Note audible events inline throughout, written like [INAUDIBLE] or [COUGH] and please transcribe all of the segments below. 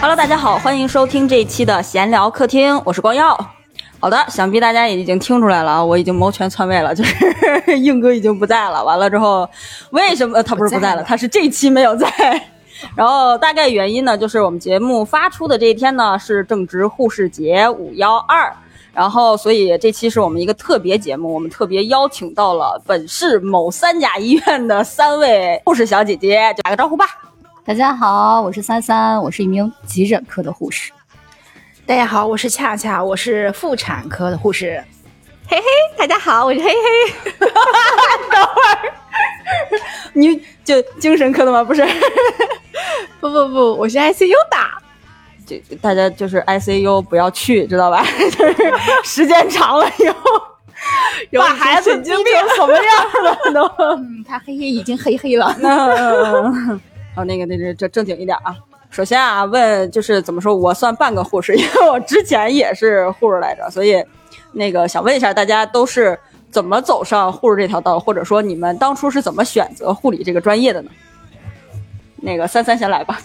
Hello，大家好，欢迎收听这一期的闲聊客厅，我是光耀。好的，想必大家也已经听出来了啊，我已经谋权篡位了，就是 [LAUGHS] 硬哥已经不在了。完了之后，为什么、呃他不是不在了？他是这期没有在。 [LAUGHS] 然后大概原因呢，就是我们节目发出的这一天呢是正值护士节五幺二，然后所以这期是我们一个特别节目，我们特别邀请到了本市某三甲医院的三位护士小姐姐，就打个招呼吧。大家好，我是三三，我是一名急诊科的护士。大家好，我是恰恰，我是妇产科的护士。大家好，我是嘿嘿。你就精神科的吗？不是，不不不，我是 ICU 打。就大家就是 ICU 不要去，知道吧？ [LAUGHS] 就是时间长了以 [LAUGHS] 后，把孩子逼成什么样了都。嗯，他嘿嘿已经嘿嘿了。 [LAUGHS] 嗯，哦，那个，那个，这正经一点啊。首先啊，问就是怎么说，我算半个护士，因为我之前也是护士来着，所以那个想问一下，大家都是怎么走上护士这条道，或者说你们当初是怎么选择护理这个专业的呢？那个三三先来吧。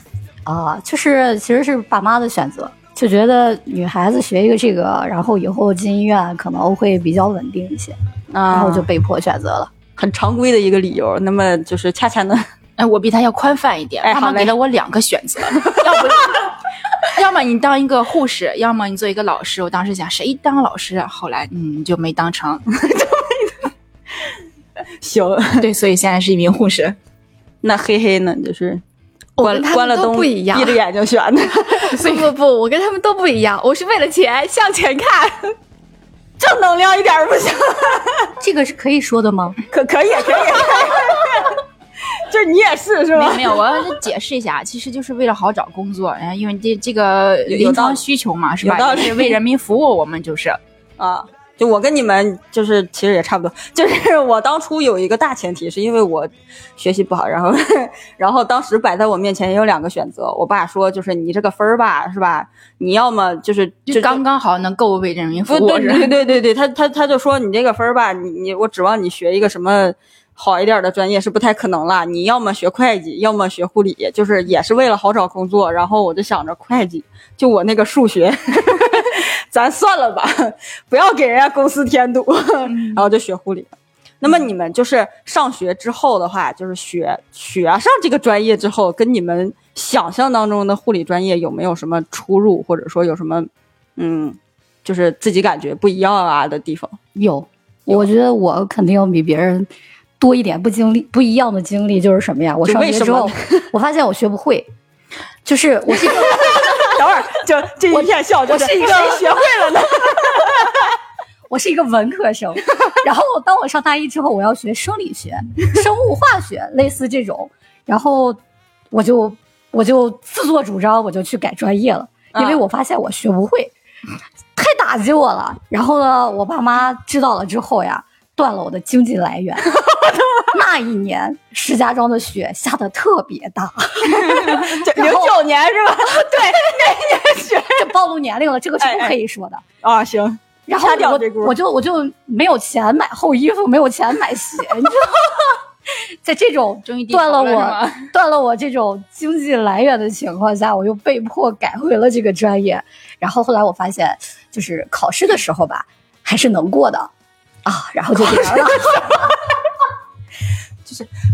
啊，就是其实是爸妈的选择，就觉得女孩子学一个这个，然后以后进医院可能会比较稳定一些，然啊后就被迫选择了。很常规的一个理由。那么就是恰恰呢， [LAUGHS] 哎，我比他要宽泛一点，哎他好们给嘞了我两个选择， [LAUGHS] 要不， [LAUGHS] 要么你当一个护士，要么你做一个老师。我当时想，谁当老师啊？后来，嗯，就没当成。行，对，所以现在是一名护士。那黑黑呢，就是我关哦跟他们关了都灯，不一样闭着眼睛选 [LAUGHS] 的，不不不，我跟他们都不一样，我是为了钱向前看。正能量一点儿不行， [LAUGHS] 这个是可以说的吗？可可以 [LAUGHS] 可以，就是你也是是没有吧？没有，我要解释一下，啊其实就是为了好找工作，然后因为这这个有临道床理需求嘛，是有吧？道也理是为人民服务，我们就是。啊。就我跟你们就是其实也差不多， [LAUGHS] 就是我当初有一个大前提，是因为我学习不好，然后 [LAUGHS] 然后当时摆在我面前也有两个选择，我爸说就是你这个分儿吧，是吧？你要么就是就刚刚好能够为人民服不务，对是吧对对对对，他他他就说你这个分儿吧，你你我指望你学一个什么好一点的专业是不太可能了，你要么学会计，要么学护理，就是也是为了好找工作。然后我就想着会计，就我那个数学， [LAUGHS] 咱算了吧，不要给人家公司添堵，嗯然后就学护理了。那么你们就是上学之后的话，就是学学上这个专业之后，跟你们想象当中的护理专业有没有什么出入，或者说有什么嗯就是自己感觉不一样啊的 [LAUGHS] 地方。有，我觉得我肯定比别人多一点不经历不一样的经历，就是什么呀？我就上为学什之么后， [LAUGHS] 我发现我学不会，就是 [LAUGHS] 我是一个等会儿就这一片笑，就是我是一个谁学会了 [LAUGHS] 呢？我是一个文科生， [LAUGHS] 然后当我上大一之后，我要学生理学、生物化学，类似这种，然后我就我就自作主张，我就去改专业了，因为嗯我发现我学不会，太打击我了。然后呢，我爸妈知道了之后呀，断了我的经济来源。 [LAUGHS] 那一年，石家庄的雪下的特别大， [LAUGHS] 零九年是吧？这暴露年龄了，这个是不可以说的。啊，行，然后掐掉我这轱我就我就没有钱买厚衣服，没有钱买鞋，你知道吗？ [LAUGHS] 在这种终于低头断了了我是断了我这种经济来源的情况下，我又被迫改回了这个专业。然后后来我发现，就是考试的时候吧，还是能过的啊，然后就这样了。 [LAUGHS]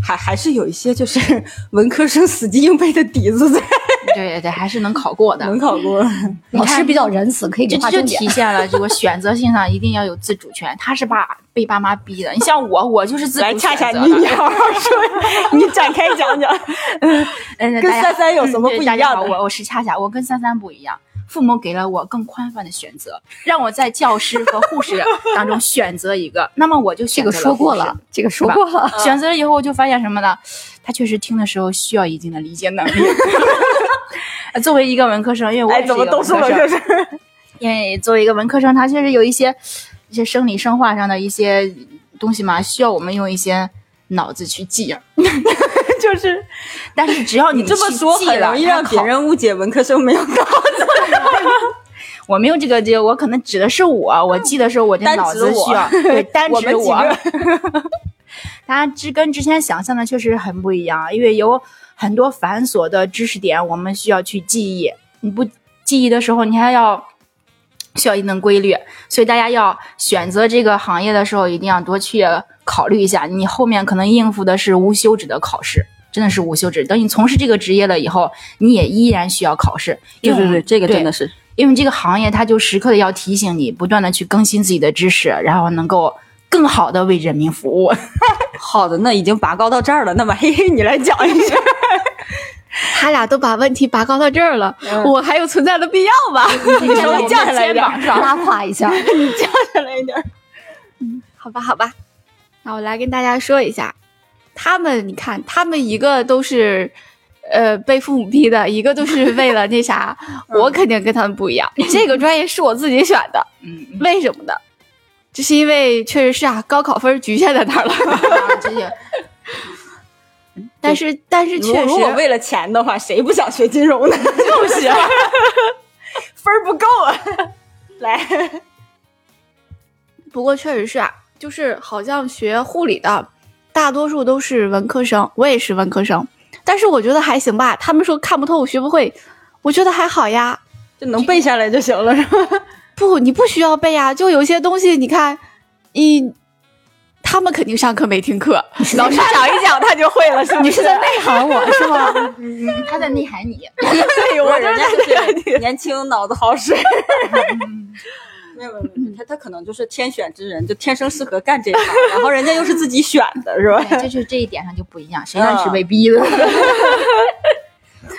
还还是有一些就是 [LAUGHS] 文科生死记硬背的底子在，对对对，还是能考过的。能考过。老看师比较仁慈，可以给这划这就重点体。现了这个选择性上一定要有自主权。他是爸被爸妈逼的，你像我，我就是自主来，选择恰的。恰你你好好说， [LAUGHS] 你展开讲 [LAUGHS] 讲，嗯，大跟家三三有什嗯么对不一大家好样的？我我是恰恰，我跟三三不一样。父母给了我更宽泛的选择，让我在教师和护士当中选择一 [LAUGHS] 个，那么我就这选择个说过了，这个说吧过了。护士。 [LAUGHS] 选择了以后，我就发现什么呢？他确实听的时候需要一定的理解 [LAUGHS] 能力。作为一个文科生，因为我哎，也是怎一个么都是文生科，生？因为作为一个文科生，他确实有一些一些生理生化上的一些东西嘛，需要我们用一些脑子去记。 [LAUGHS] 就是但是只要你你这么去说，记很了容易他让别考人误解文科生没 [LAUGHS] 有高，我没有这个这个，我可能指的是我，我记得是我这单指脑子需 [LAUGHS] 要我对单我指们几我 [LAUGHS] 个。它之跟之前想象的确实很不一样，因为有很多繁琐的知识点我们需要去记忆，你不记忆的时候，你还要需要一定规律。所以大家要选择这个行业的时候，一定要多去考虑一下，你后面可能应付的是无休止的考试。真的是无休止。等你从事这个职业了以后，你也依然需要考试。对因为对我对，们这个真对的是因为这个行业它就时刻的要提醒你，不断的去更新自己的知识，然后能够更好的为人民服务。好的。那已经拔高到这儿了，那么嘿嘿，你来讲一下。他俩都把问题拔高到这儿了，我还有存在的必要吗？你稍微降下来一肩点，膀上，拉垮一下。 [LAUGHS] 你降下来一点。好吧，好吧，那我来跟大家说一下，他们你看，他们一个都是。呃，被父母逼的，一个都是为了那啥，我肯定跟他们不一样。这个专业是我自己选的，嗯，为什么呢？这是因为确实是啊，高考分儿局限在那儿了。这些但是，但是如果确实啊如果为了钱的话，谁不想学金 [LAUGHS] 融呢？就是， [LAUGHS] 分儿不够啊。来，不过确实是啊，就是好像学护理的大多数都是文科生，我也是文科生，但是我觉得还行吧。他们说看不透，学不会，我觉得还好呀。就能背下来就行了，是吧？不，你不需要背呀，就有些东西，你看，你他们肯定上课没听课， [LAUGHS] 老师讲一讲他就会了，是不你是是？在内涵我是吗？嗯他在内涵 [LAUGHS] 你。对，我人家 [LAUGHS] 就是年轻，脑子好使。没有没有没有，他他可能就是天选之人，就天生适合干这行，然后人家又是自己选的，是吧？对，就是这一点上就不一样，谁让你是被逼的？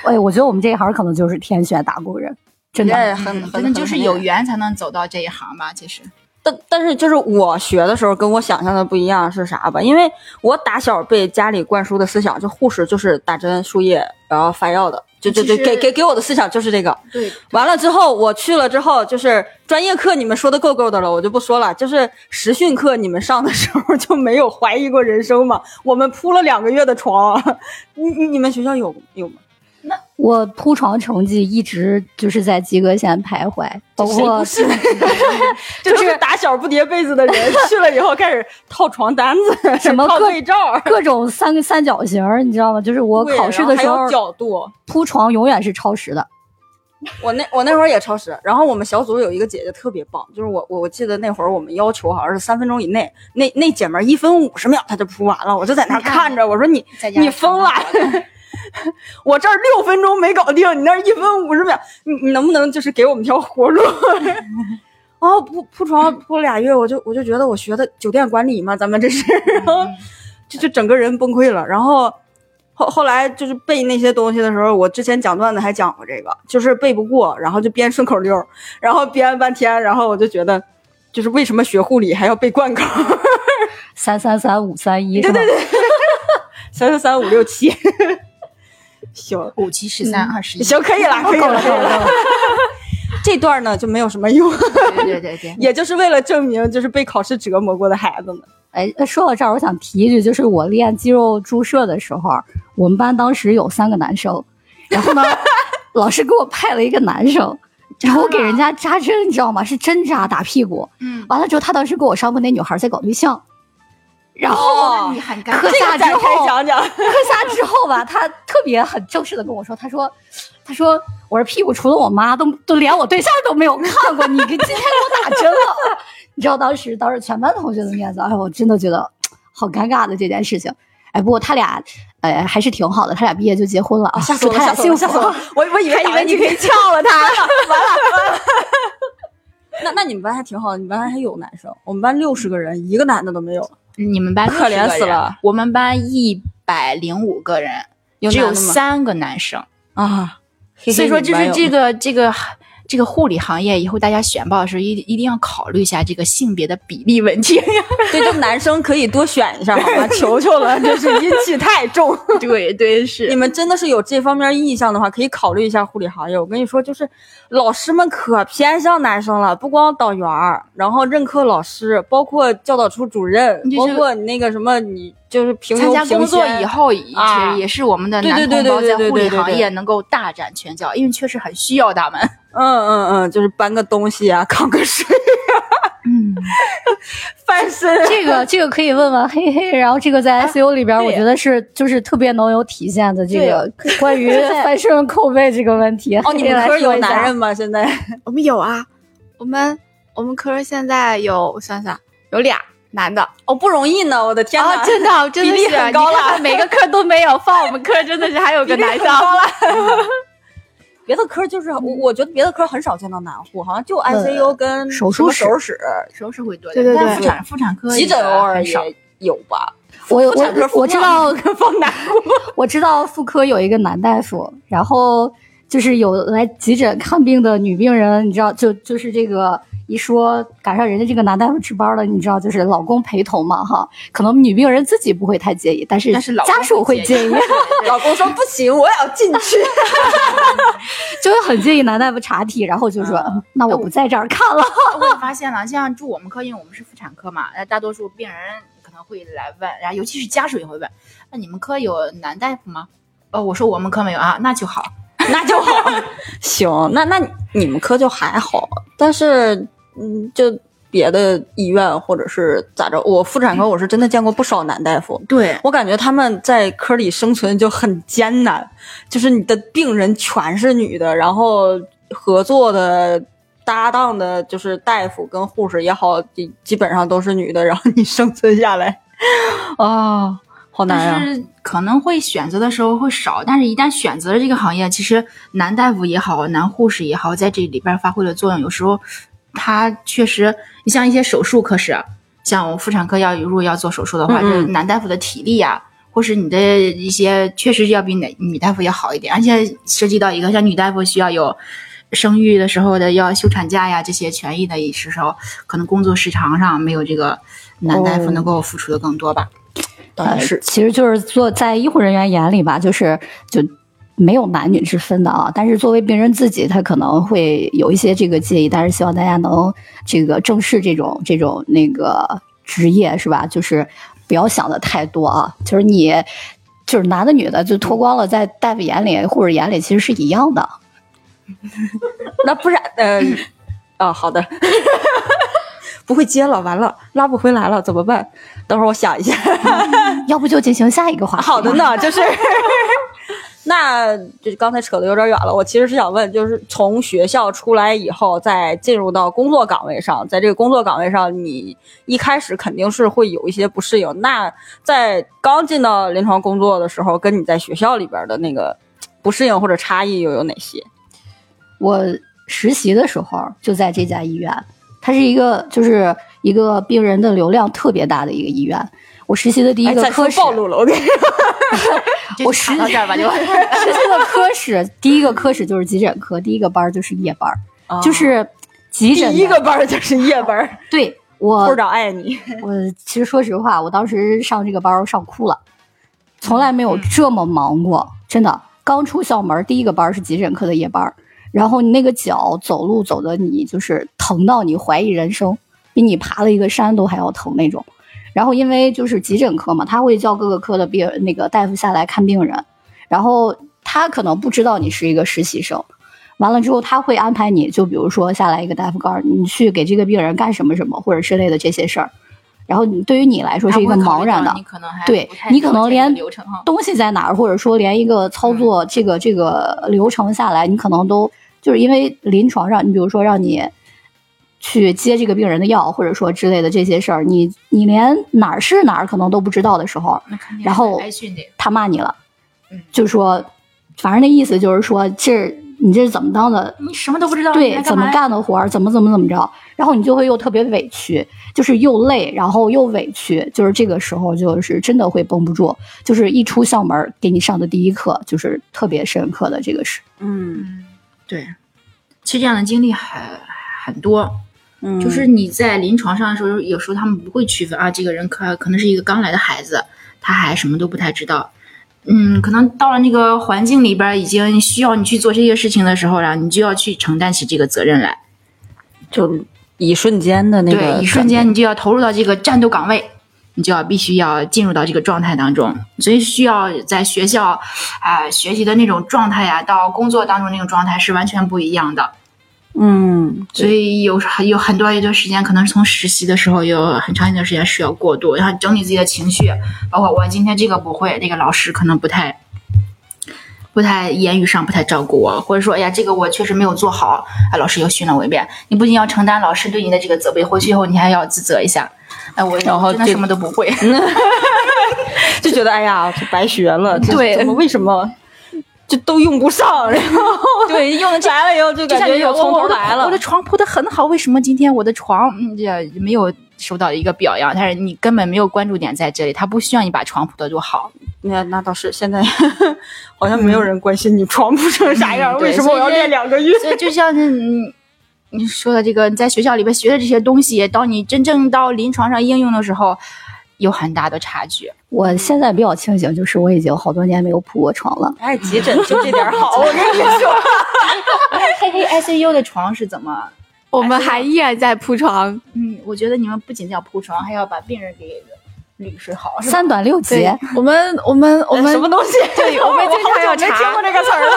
哎，我觉得我们这一行可能就是天选打工人，真的。也 [LAUGHS] 很可能就是嗯有缘才能走到这一行吧。其实，但但是就是我学的时候跟我想象的不一样是啥吧？因为我打小被家里灌输的思想，就护士就是打针输液然后发药的，就就就其实给给给我的思想就是这个。对，完了之后我去了之后，就是专业课你们说的够够的了，我就不说了。就是实训课你们上的时候就没有怀疑过人生嘛？我们铺了两个月的床啊，你你你们学校有有吗？我铺床成绩一直就是在及格线徘徊，包谁括不是？ [LAUGHS] 这都是打小不叠被子的人，去了以后开始套床单子，什么套各被罩儿。各种三个三角形儿，你知道吗？就是我对考试的时然后还候有角度。铺床永远是超时的。我那我那会儿也超时，然后我们小组有一个姐姐特别棒，就是我我我记得那会儿我们要求好像是三分钟以内，那那姐们儿一分五十秒她就铺完了，我就在那儿看着，我说你在家你疯了， [LAUGHS] 我这儿六分钟没搞定，你那儿一分五十秒，你你能不能就是给我们条活路？ [LAUGHS] 然后哦铺铺床铺了俩月，我就我就觉得我学的酒店管理嘛，咱们这是，然后就就整个人崩溃了。然后后后来就是背那些东西的时候，我之前讲段子还讲过这个，就是背不过，然后就编顺口溜儿，然后编半天，然后我就觉得，就是为什么学护理还要背贯口？三三三五三一，对对对， [LAUGHS] 三三三五六七， [LAUGHS] 行五七十三二十一，嗯行，可以了，可以够了，了可够以了 [LAUGHS] 了。够了。这段呢就没有什么用， [LAUGHS] 对对对对。也就是为了证明就是被考试折磨过的孩子们。哎，说到这儿，我想提一句，就是我练肌肉注射的时候，我们班当时有三个男生，[LAUGHS] 然后呢，老师给我派了一个男生，然后给人家扎针，你知道吗？是针扎打屁股。嗯，完了之后，他当时跟我上铺那女孩在搞对象，然后哦你很尴课尬。这下个之展后，开讲讲。课下之后吧，他特别很正式的跟我说，他说，他说我这屁股除了我妈都都连我对象都没有看过，你给今天给我打针了， [LAUGHS] 你知道当时当时全班同学的面子，哎，我真的觉得好尴尬的这件事情。哎，不过他俩，呃，还是挺好的，他俩毕业就结婚了，啊，吓死祝我了！他吓俩死我幸了！福哎吓死我 [LAUGHS] 了！我我以为还以为你可以撬了他，完了 [LAUGHS] 完了。那那你们班还挺好，你们班还有男生，我们班六十个人，一个男的都没有。你们班可60个怜死人了，我们班一百零五个人，有只男有的吗三个男生。啊，嘿嘿所以说，你就们班是有这个这个这个护理行业，以后大家选报的时候，一一定要考虑一下这个性别的比例问题。 [LAUGHS] 对，就男生可以多选一 [LAUGHS] 下，好吗？求求了，就是阴气太重。对对你是，们真的是有这方面意向的话，可以考虑一下护理行业。我跟你说，就是老师们可偏向男生了，不光导员儿，然后任课老师，包括教导处主任，你就包是括你那个什么，你就是评参优加评工作先以后，也啊也是我们的对对男对同对胞对在对护对理对行对业能够大展拳脚，因为确实很需要他们。嗯嗯嗯，就是搬个东西啊，扛个水，嗯，翻 [LAUGHS] 身。这个这个可以问问嘿嘿，然后这个哎在 SU 里边，我觉得是就是特别能有体现的这个关于翻身扣背这个问题。哦，你嘿嘿们来科说有一下男人吗？现在我们有啊，我们我们科现在有我算算有俩男的哦，不容易呢，我的天啊，哪，真 [LAUGHS] 的真的比例是，啊你很高了看看每个科都没有，放我们科真的是还有个比例男很的，高了。别的科就是我，我觉得别的科很少见到男护，好像就 ICU 跟手什么术室手室、手术会多对点，对对但妇产妇产科急诊偶尔很也少。有吧。我妇产科我我知道跟 [LAUGHS] 放男护，我知道妇科有一个男大夫，然后就是有来急诊看病的女病人，你知道，就就是这个一说赶上人家这个男大夫值班了，你知道，就是老公陪同嘛，哈，可能女病人自己不会太介意，但是但是老公家属会 [LAUGHS] 介意， [LAUGHS] 老公说不行，我也要进去。就会很介意男大夫查体，然后就说、嗯嗯那我不在这儿看了，我也发现了，像住我们科，因为我们是妇产科嘛，那大多数病人可能会来问，然后尤其是家属也会问，那你们科有男大夫吗？哦，我说我们科没有啊，那就好。那就好。 [LAUGHS] 行，那那你们科就还好，但是嗯，就别的医院或者是咋着，我妇产科我是真的见过不少男大夫。对，我感觉他们在科里生存就很艰难，就是你的病人全是女的，然后合作的搭档的，就是大夫跟护士也好，基基本上都是女的，然后你生存下来，啊、好难但啊！是可能会选择的时候会少，但是一旦选择了这个行业，其实男大夫也好，男护士也好，在这里边发挥的作用，有时候他确实，你像一些手术科室，啊像我妇产科要如果要做手术的话，嗯嗯就是男大夫的体力呀、或是你的一些确实要比男女大夫要好一点，而且涉及到一个像女大夫需要有生育的时候的要休产假呀这些权益的时候，可能工作时长上没有这个男大哦夫能够付出的更多吧。当然啊是呃其实就是做在医护人员眼里吧，就是就。没有男女之分的啊，但是作为病人自己，他可能会有一些这个介意，但是希望大家能这个正视这种这种那个职业是吧？就是不要想的太多啊，就是你就是男的女的就脱光了，在大夫眼里、护士眼里其实是一样的。 [LAUGHS] 那不然， [LAUGHS] 呃，啊，好的， [LAUGHS] 不会接了，完了，拉不回来了，怎么办？等会儿我想一 [LAUGHS] 下。要不就进行下一个话题吧。好的呢，就是， [LAUGHS] 那就是刚才扯的有点远了。我其实是想问，就是从学校出来以后，再进入到工作岗位上，在这个工作岗位上，你一开始肯定是会有一些不适应。那在刚进到临床工作的时候，跟你在学校里边的那个不适应或者差异又有哪些？我实习的时候就在这家医院，它是一个就是一个病人的流量特别大的一个医院。我实习的第一哎个再说科室，暴露了，我跟你说，我查实到这儿吧，就实习的科室第一个科室就是急诊科，第一个班儿就是夜班儿，就是急哦第诊的一个班儿就是夜班 [LAUGHS] 儿，对护我士长爱你。我其实说实话，我当时上这个班儿我上哭了，从来没有这么忙过，真的。刚出校门儿，第一个班儿是急诊科的夜班儿，然后你那个脚走路走的你就是疼到你怀疑人生，比你爬了一个山都还要疼那种。然后因为就是急诊科嘛，他会叫各个科的病那个大夫下来看病人，然后他可能不知道你是一个实习生，完了之后，他会安排你，就比如说下来一个大夫告诉你，你去给这个病人干什么什么，或者之类的这些事儿。然后你对于你来说是一个茫然的你，可能还对不太你可了能解连流程哈嗯东西在哪儿，或者说连一个操作这个这个流程下来，你可能都就是因为临床上，你比如说让你去接这个病人的药，或者说之类的这些事儿，你你连哪儿是哪儿可能都不知道的时候，那肯定然是后挨训的。他骂你了嗯，就说，反正那意思就是说，这你这是怎么当的？你什么都不知道，你对还，怎么嘛呀？干的活儿，怎么怎么怎么着，然后你就会又特别委屈，就是又累，然后又委屈，就是这个时候就是真的会绷不住，就是一出校门儿给你上的第一课就是特别深刻的这个事，嗯嗯，对，其实这样的经历很很多，嗯就是你在临床上的时候，有时候他们不会区分啊，这个人可可能是一个刚来的孩子，他还什么都不太知道。嗯，可能到了那个环境里边，已经需要你去做这些事情的时候了，你就要去承担起这个责任来。就一瞬间的那个，对，一瞬间你就要投入到这个战斗岗位，你就要必须要进入到这个状态当中，所以需要在学校啊、学习的那种状态呀、到工作当中那种状态是完全不一样的。嗯，所以有有很多一段时间，可能是从实习的时候有很长一段时间需要过渡，然后整理自己的情绪，包括我今天这个不会，那个老师可能不太。不太言语上不太照顾我，或者说，哎呀，这个我确实没有做好，哎，老师又训了我一遍。你不仅要承担老师对你的这个责备，回去以后你还要自责一下。哎，我然后嗯真的这什么都不会。就觉得哎呀，这白学 [LAUGHS] 了，这对怎么为什么就都用不 [LAUGHS] 上？然后对，用的这来了以后就就感像觉有又从头来了我的。床铺的很好，为什么今天我的床嗯这没有受到一个表扬？但是你根本没有关注点在这里，他不需要你把床铺的多好。那 [LAUGHS] 那倒是，现在好像没有人关心你床铺成啥样，嗯对为什么我要练两个月？所以就像是你你说的这个，你在学校里边学的这些东西，当你真正到临床上应用的时候，有很大的差距。我现在比较清醒，就是我已经好多年没有铺过床了。 [LAUGHS] 哎，急诊就这点 [LAUGHS] 好，我跟你说，哎嘿嘿，ICU 的床是怎么？ [LAUGHS] 我们还依然在铺床，嗯，我觉得你们不仅要铺床，还要把病人给捋睡好。是吧三短六级，对，我们我们我哎什们么东西？对 [LAUGHS] 我们经常要好久没听查过这个词儿了。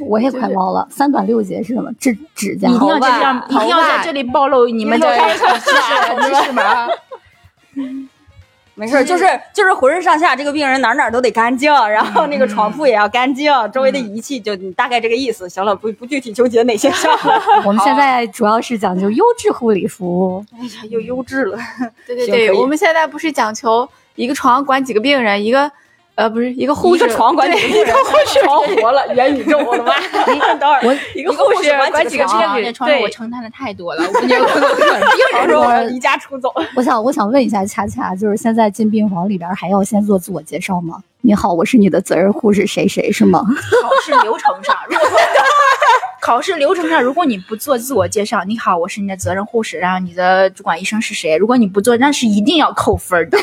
我也快忘了。三短六节是什么？指指甲一定要头在发这样，一定要头发在这里暴露你们的你们知 [LAUGHS] 识知识吗？没事儿，就是就是浑身上下这个病人哪儿哪儿都得干净，然后那个床铺也要干净， [LAUGHS] 周围的仪器就你大概这个意思。行了，不不具体纠结哪些项目，我们现在主要是讲究优质护理服务。 [LAUGHS] 又优质 [LAUGHS] 了。对对行可对，以我们现在不是讲求一个床管几个病人，一个呃不是一个护一士个床管对几个人， [LAUGHS] 床活了，元宇宙，我的妈！等会儿， [LAUGHS] 一个护士管几个床病啊人那 [LAUGHS] 床上我对承担的太多了，我跟你说，床说我要离家出走，我想，我想问一下恰恰，就是现在进病房里边还要先做自我介绍吗？你好，我是你的责任护士谁谁，是吗？考试流程上，如果 [LAUGHS] 说考试流程上，如果你不做自我介绍，你好，我是你的责任护士，然后你的主管医生是谁？如果你不做，那是一定要扣分的。 [LAUGHS]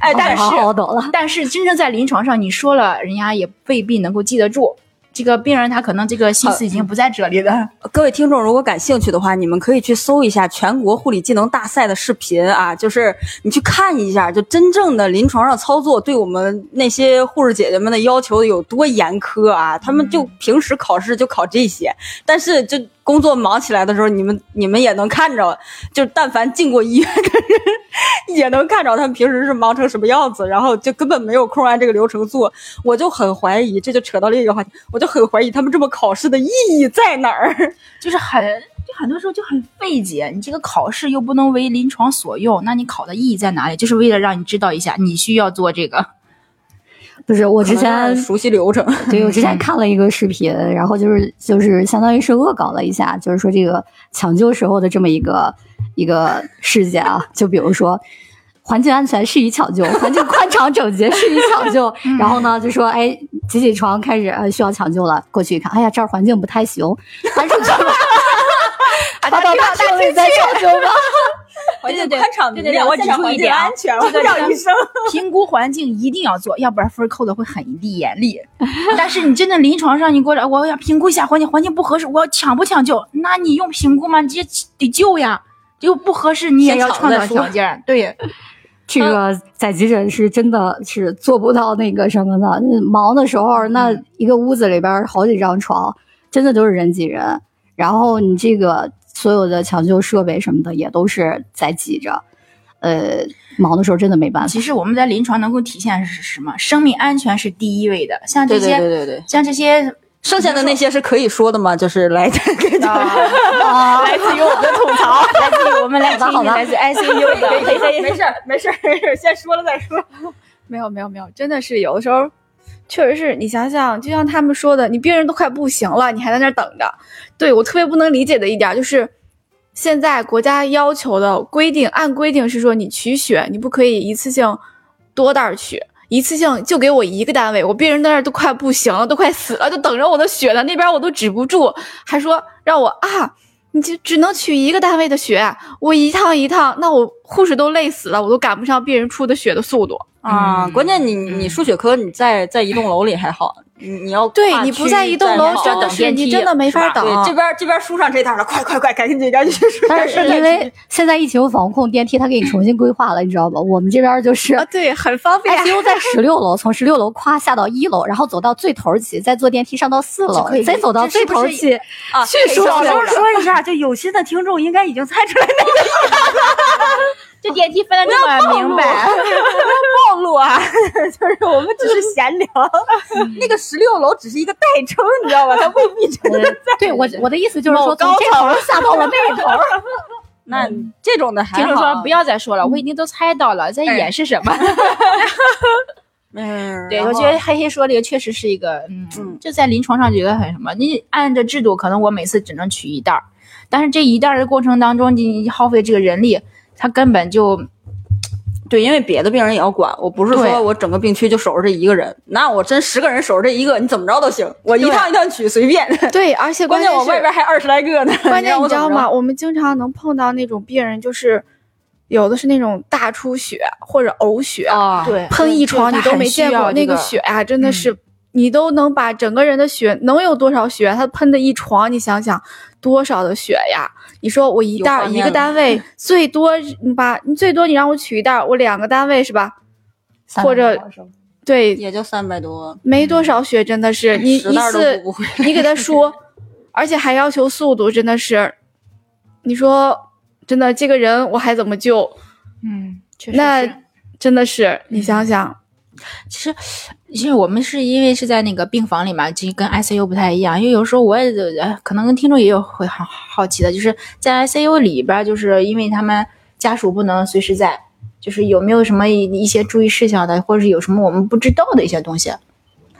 哎，但是好好好我懂了。但是真正在临床上，你说了，人家也未必能够记得住。这个病人他可能这个心思已经不在这里了。各位听众，如果感兴趣的话，你们可以去搜一下全国护理技能大赛的视频啊，就是你去看一下，就真正的临床上操作对我们那些护士姐姐们的要求有多严苛啊！他们就平时考试就考这些，但是就工作忙起来的时候，你们你们也能看着，就但凡进过医院的人也能看着他们平时是忙成什么样子，然后就根本没有空按啊这个流程做。我就很怀疑，这就扯到另一个话题，我就很怀疑他们这么考试的意义在哪儿。就是很就很多时候就很费解，你这个考试又不能为临床所用，那你考的意义在哪里？就是为了让你知道一下你需要做这个。不是，我之可能前是熟悉流 [LAUGHS] 程，对我之前看了一个视频，然后就是就是相当于是恶搞了一下，就是说这个抢救时候的这么一个一个事件啊，就比如说。环境安全是一抢救，环境宽敞整洁是一抢救。然后呢，就说哎，几几床开始呃需要抢救了，过去一看，哎呀，这儿环境不太行，搬出去吧。啊搬到大厅里再抢救吧。环 [LAUGHS] 境宽敞明对对亮，对我现场指出环一境点啊安全，这个我这叫个医生。 [LAUGHS] 评估环境一定要做，要不然分儿扣的会很厉严厉。但是你真的临床上，你过来，我要评估一下环境，环境不合适，我要抢不抢救？那你用评估吗？你直接得救呀，又不合适，你也先要抢创造再说条件。 [LAUGHS] 对，这嗯个在急诊室真的是做不到那个什么的，嗯忙的时候那嗯一个屋子里边好几张床，真的都是人挤人。然后你这个所有的抢救设备什么的也都是在挤着，呃，忙的时候真的没 [LAUGHS] 办法。其实我们在临床能够体现是什么？生命安全是第一位的，像这些，对对，像这些。剩下的那些是可以说的吗？就是 [LAUGHS] 来给啊大家啊，自于我们的吐槽， [LAUGHS] 来自于我们来自好吧好于吧来自 ICU 的，没事儿没事儿，没事儿先说了再说。没有没有没有，真的是有的时候，确实是你想想，就像他们说的，你病人都快不行了，你还在那儿等着。对我特别不能理解的一点就是，现在国家要求的规定，按规定是说你取血，你不可以一次性多袋儿取。一次性就给我一个单位，我病人在那儿都快不行了，都快死了，就等着我的血呢。那边我都止不住，还说让我啊，你就只能取一个单位的血，我一趟一趟，那我护士都累死了，我都赶不上病人出的血的速度。啊，嗯关键你你数学科你在在一栋楼里还好，你你要跨对你区不在一栋还楼，好真的等是电你梯真的没法是吧等。对这边这边输上这一趟了，快快快，赶紧紧赶紧去输上但这是一趟。因为现在疫情防控，电梯它给你重新规划了，你知道吗？我们这边就是啊，对，很方便。 ICU 在十六楼，从十六楼咵下到一楼，然后走到最头儿去，再坐电梯上到四楼可以，再走到这最是不头儿是去。啊，去说早上了说一下，就有心的听众应该已经猜出来那个这电梯分的这么明 [LAUGHS] 白，套路啊，就是我们只是闲聊，那个十六楼只是一个代称，你知道吧？它未必真的。 [LAUGHS] 对我我的意思就是某说，从高这头儿 [LAUGHS] 下到了那头儿。那这种的 [LAUGHS] 还听众说好，不要再说了，我已经都猜到了，在掩饰什么？嗯，对，然我后觉得黑黑说这个确实是一个，嗯，嗯就在临床上觉得很什么。你按着制度，可能我每次只能取一袋儿，但是这一袋儿的过程当中，你耗费这个人力，他根本就对，因为别的病人也要管，我不是对说我整个病区就守着这一个人，那我真十个人守着这一个，你怎么着都行，我一对趟一趟取，随便。对，而且关键我是 [LAUGHS] 外边还二十来个呢，关键让你我知怎么道着吗？？我们经常能碰到那种病人，就是有的是那种大出血或者呕血，啊，对喷一床你都没见过，那个血啊，嗯真的是、你都能把整个人的血能有多少血？他喷的一床，你想想多少的血呀？你说我一有袋儿画一面个了 [LAUGHS] 单位最多你把你最多你让我取一袋儿，我两个单位是吧？或者对，也就三百多，没多少血，真 [LAUGHS] 的是你十一袋儿都次补不回来你给他说，而且还要求速度，真的是，你说真的这个人我还怎么救？嗯，确实那是真的是你想想，其实，其实我们是因为是在那个病房里嘛，其实跟 ICU 不太一样。因为有时候我也呃可能跟听众也有会好好奇的，就是在 ICU 里边儿，就是因为他们家属不能随时在，就是有没有什么一一些注意事项的，或者是有什么我们不知道的一些东西，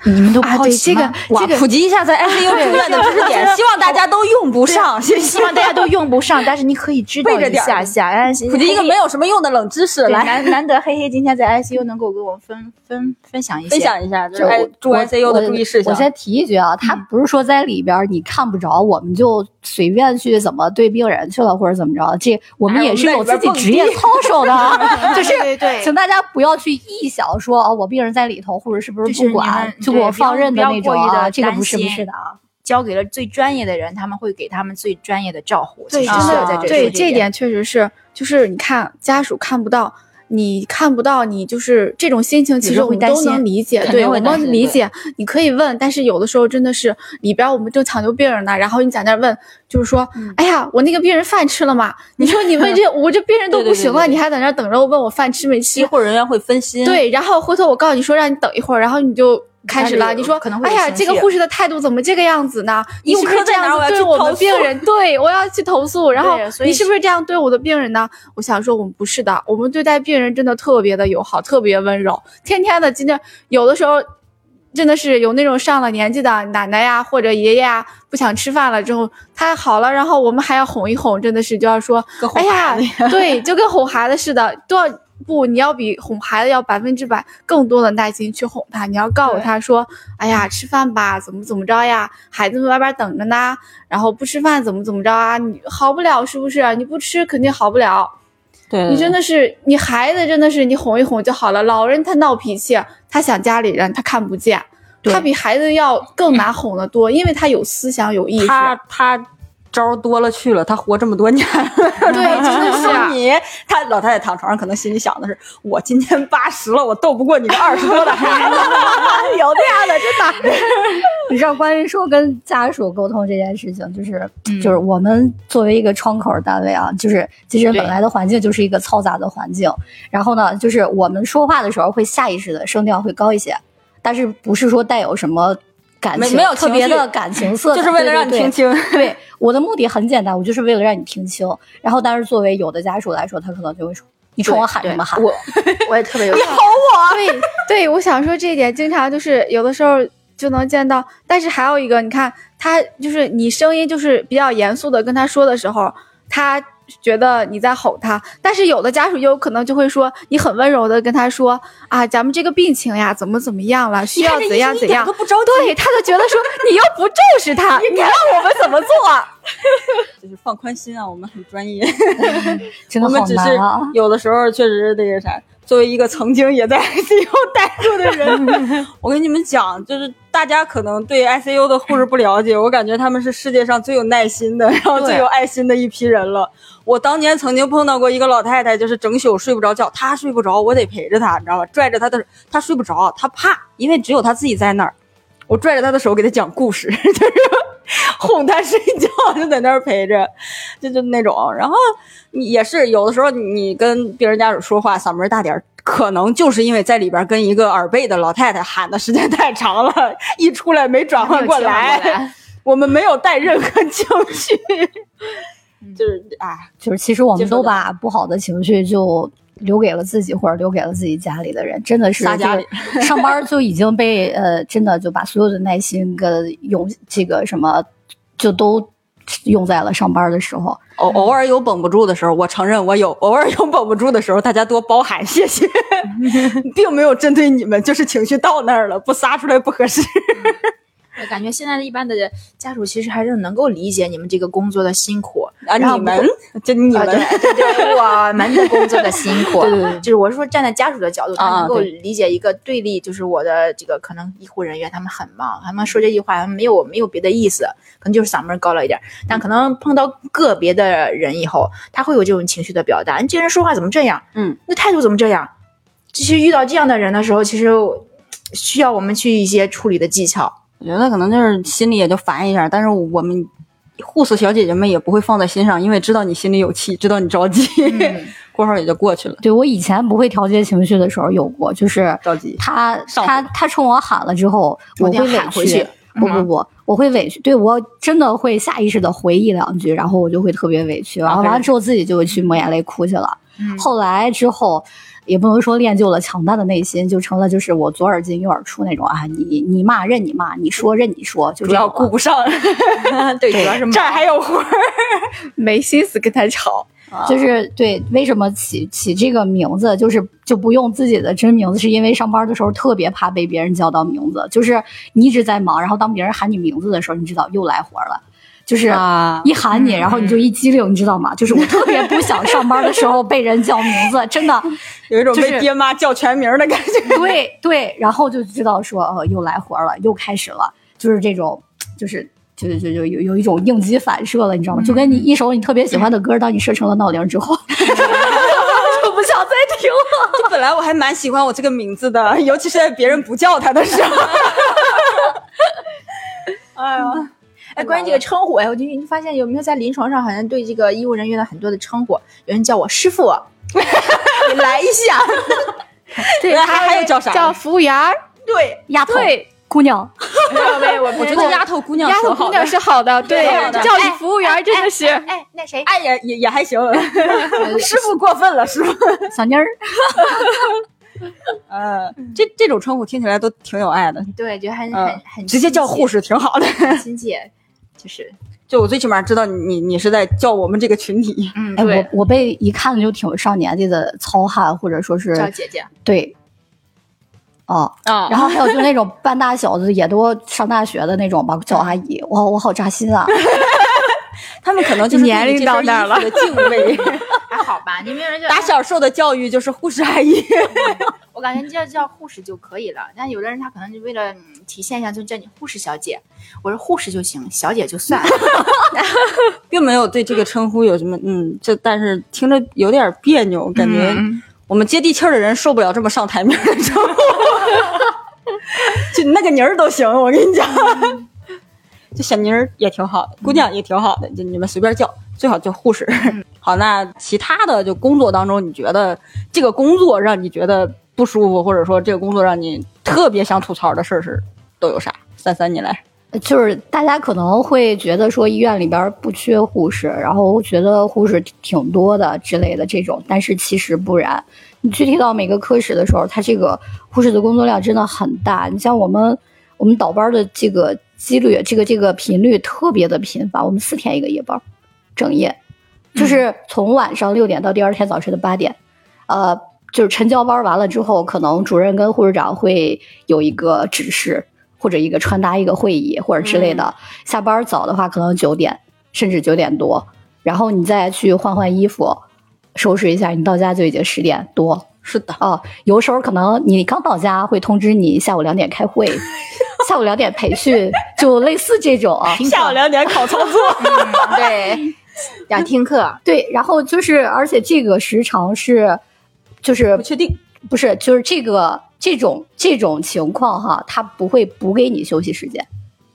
你们都不啊，好对奇这个吗？哇 [LAUGHS] 这，个普及一下在 ICU 住院的知识点，希望大家都用不上，谢谢希。望大家都用不上，但是你可以知道备着一点儿下下。哎普及一个没有什么用的冷知识，对来难难得黑黑今天在 ICU 能够给我们分分分享一些分享一下，就就是我住我 ICU 的注意事项嗯我。先提一句啊，他不是说在里边儿你看不着，我们就随便去怎么对病人去了或者怎么着，这我们哎也是我有们在自里己边职业操守 [LAUGHS] 的啊，就是。对对请大家不要去臆想说哦，我病人在里头，或者是不就是是不你管们，就对给我不要放任不的要那种过于啊，地这个担不是不心是的啊。交给了最专业的人，他们会给他们最专业的照护。对，其实真需要的在这对这这点确实是，就是你看家属看不到。你看不到，你就是这种心情，其有实时候我们会担都心能理解，肯定对我会担心们理解。你可以问，但是有的时候真的是里边我们正抢救病人呢，然后你在那儿问，就是说，哎呀，我那个病人饭吃了吗？你说你问这我这病人都对对不行了，对对你还在那儿等着我问我饭吃没医吃？护人员会分心，，对，然后回头我告诉你说让你等一会儿，然后你就开始开了。始你说可能会哎有呀，情这个绪护士的态度怎么这个样子呢？你医务是不是科这在哪样儿我子要对去我投们诉病人？对我要去投诉。然后对所以你是不是这样对我的病人呢？我想说我们不是的，我们对待病人真的特别的友好，特别温柔，天天的真的有的时候。真的是有那种上了年纪的奶奶呀，或者爷爷呀，不想吃饭了之后，他好了，然后我们还要哄一哄，真的是就要说，跟哄哎呀孩子一，对，就跟哄孩子似的，都要不，你要比哄孩子要百分之百更多的耐心去哄他，你要告诉他说，哎呀，吃饭吧，怎么怎么着呀，孩子们外边等着呢，然后不吃饭怎么怎么着啊，你好不了是不是？你不吃肯定好不了，对，你真的的是，你孩子真的是你哄一哄就好了。老人他闹脾气，他想家里人，他看不见，对他比孩子要更难哄得多，因为他有思想有意识。他他。招儿多了去了，他活这么多年了，对 [LAUGHS] 真的是说你，他老太太躺床上，可能心里想的是，我今天八十了，我斗不过你个二十多的孩子， [LAUGHS] 有这样的真的。 [LAUGHS] 你知道，关于说跟家属沟通这件事情，就是、嗯就是我们作为一个窗口单位啊，就是其实对本来的环境就是一个嘈杂的环境，然后呢，就是我们说话的时候会下意识的声调会高一些，但是不是说带有什么感没情，没有特情别绪的感情色就彩，是为了让你对对听对清，对，我的目的很简单，我就是为了让你听清。然后，但是作为有的家属来说，他可能就会说：“你冲我喊什么喊？”我我也特别有 [LAUGHS] 对对，我想说这一点，经常就是有的时候就能见到。但是还有一个，你看他就是你声音就是比较严肃的跟他说的时候，他觉得你在吼他。但是有的家属有可能就会说，你很温柔的跟他说啊，咱们这个病情呀，怎么怎么样了，需要怎样怎样都。不着急， [LAUGHS] 对，他就觉得说你又不重视他，你让我们怎么做？就是放宽心啊，我们很专业，真我的们好只是 [LAUGHS] 难啊！有的时候确实得啥。作为一个曾经也在 [LAUGHS] ICU 待过的 [LAUGHS] 人，我跟你们讲，就是大家可能对 ICU 的护士不了解，我感觉他们是世界上最有耐心的，然后对最有爱心的一批人了。我当年曾经碰到过一个老太太，就是整宿睡不着觉，她睡不着，我得陪着她，你知道吧？拽着她的手，她睡不着，她怕，因为只有她自己在那儿。我拽着她的手给她讲故事， [LAUGHS] 就是哄她睡觉，就在那儿陪着，就就那种。然后你也是有的时候，你跟病人家属说话嗓门大点儿，可能就是因为在里边跟一个耳背的老太太喊的时间太长了，一出来没转换过来，我们没有带任何情绪， [LAUGHS] 就是啊。就是其实我接们受都得把不好的情绪就留给了自己，或者留给了自己家里的人，真的是撒家这个上班儿就已经被呃，真的就把所有的耐心跟勇这个什么，就都用在了上班儿的时候。偶偶尔有绷不住的时候，我承认我有； [LAUGHS] 偶尔有绷不住的时候，大家多包涵， [LAUGHS] 谢谢，并没有针对你们，就是情绪到那儿了，不撒出来不 [LAUGHS] 合适。 [LAUGHS] 我感觉现在的一般的家属其实还是能够理解你们这个工作的辛苦，啊，然后你们就你啊，们， [LAUGHS] 对对对，我们的工作的辛苦，啊对对对就是我是说站在家属的角度，他啊能够对理解一个对立，就是我的这个可能医护人员他们很忙，他们说这句话他们没有没有别的意思，可能就是嗓门高了一点儿，但可能碰到个别的人以后，他会有这种情绪的表达，你这人说话怎么这样？嗯，那态度怎么这样？其实遇到这样的人的时候，其实我需要我们去一些处理的技巧。我觉得可能就是心里也就烦一下，但是我们护士小姐姐们也不会放在心上，因为知道你心里有气，知道你着急，嗯 [LAUGHS] 过会儿也就过去了。对我以前不会调节情绪的时候有过，就是着急他上火他他冲我喊了之后，我我得会委喊回去屈。不嗯不不，我会委屈，对我真的会下意识的回忆两句，然后我就会特别委屈，啊然后完了之后自己就会去抹眼泪哭去了。嗯后来之后，也不能说练就了强大的内心，就成了就是我左耳进右耳出那种啊，你你骂任你骂，你说任你说，就主这要样顾不 [LAUGHS] 上，对，主要是这儿还有活儿。没心思跟他吵。啊就是对，为什么起起这个名字，就是就不用自己的真名字，是因为上班的时候特别怕被别人叫到名字，就是你一直在忙，然后当别人喊你名字的时候，你知道又来活儿了，就是啊一喊你，嗯然后你就一激灵，你知道吗？就是我特别不想上班的时候被人叫名字，真的，有一种就是被爹妈叫全名儿的感 [LAUGHS] 觉。 [LAUGHS] 对对，然后就知道说，哦，又来活儿了，又开始了，就是这种，就是。就是就就有有一种应激反射了，你知道吗？就跟你一首你特别喜欢的歌，当你设成了闹铃之 [LAUGHS] 后，就不想再听了。就本来我还蛮喜欢我这个名字的，尤其是在别人不叫他的时候。哎呀， [LAUGHS] 哎，关于这个称呼，哎，我就你发现有没有在临床上好像对这个医务人员的很多的称呼，有人叫我师 [LAUGHS] 傅，你来一下， [LAUGHS] 对，还还有叫啥？叫服务员儿，对，丫头、对，姑娘，没有没有，我我觉得丫头姑娘丫头挺好姑的娘是好的，对挺好，的叫你服务员儿真的是。 [LAUGHS] 哎，那谁，哎也也也还 [LAUGHS] 行，师傅过分了，师傅。小妮儿，呃，这这种称呼听起来都挺有爱的，对，觉得还是嗯很很直接叫护士，士挺好的。很亲切，就是就我最起码知道你你你是在叫我们这个群体。 [LAUGHS] 嗯， [LAUGHS] 哎，对，我我被一看就挺上年纪的糙汉，或者说是叫姐 [LAUGHS] 姐，对，哦，啊然后还有就那种半大小子，也都上大学的那种吧，叫阿姨，哇，我好扎心啊！他们可能就是年龄对你这身到那儿衣服的敬畏，还好吧？你没有人叫打小受的教育就是护士阿姨。我感觉叫叫护士就可以了。但有的人他可能就为了、嗯体现一下，就叫你护士小姐，我说护士就行，小姐就算了。并没有对这个称呼有什么，嗯，这但是听着有点别扭，感觉嗯我们接地气儿的人受不了这么上台面儿的称呼，就那个妮儿都行，我跟你 [LAUGHS] 讲，这小妮儿也挺好的，姑娘也挺好的，就你们随便叫，最好叫护士。好，那其他的就工作当中，你觉得这个工作让你觉得不舒服，或者说这个工作让你特别想吐槽的事儿是都有啥？三三，你来，就是大家可能会觉得说医院里边儿不缺护士，然后觉得护士挺多的之类的这种，但是其实不然。你具体到每个科室的时候，他这个护士的工作量真的很大。你像我们，我们倒班儿的这个几率，这个这个频率特别的频繁，我们四天一个夜班儿，整夜，就是嗯从晚上六点到第二天早晨的八点，呃，就是晨交班儿完了之后，可能主任跟护士长会有一个嗯指示，或者一个传达一个会议或者之类的。下班儿早的话，可能九点。甚至九点多，然后你再去换换衣服，收拾一下，你到家就已经十点多。是的，哦，有时候可能你刚到家会通知你下午两点开 [LAUGHS] 会，下午两点培训，就类似这种啊。下午两哦点考操作，嗯 [LAUGHS] [LAUGHS] 对，要听课，对，然后就是，而且这个时长是，就是不确定。不是，就是这个这种这种情况哈，他不会补给你休息时间，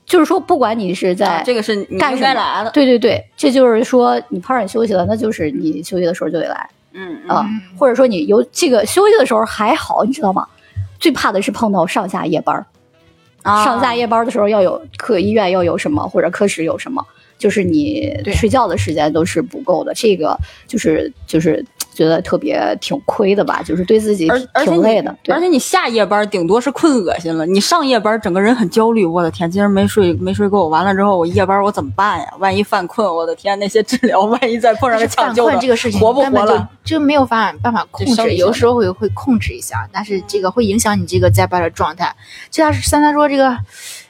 就是说，不管你是在、啊这个是你干应什该么来的，对对对，这就是说你碰上你休息了，那就是你休息的时候就得来嗯啊、或者说你有这个休息的时候还好，你知道吗？最怕的是碰到上下夜班儿，啊上下夜班儿的时候要有科医院要有什么，或者科室有什么，就是你对睡觉的时间都是不够的，这个就是就是觉得特别挺亏的吧，就是对自己而而且挺你累的，对而且你下夜班顶多是困恶心了，你上夜班整个人很焦虑。我的天，今儿没睡没睡够，完了之后我夜班我怎么办呀？万一犯困，我的天，那些治疗，万一再碰但上个是抢犯救的困，这个事情活不根本活了？就就没有办法办法控就生制，理有上时候会会控制一下，但是这个会影响你这个在班的状态。就像是三三说这个，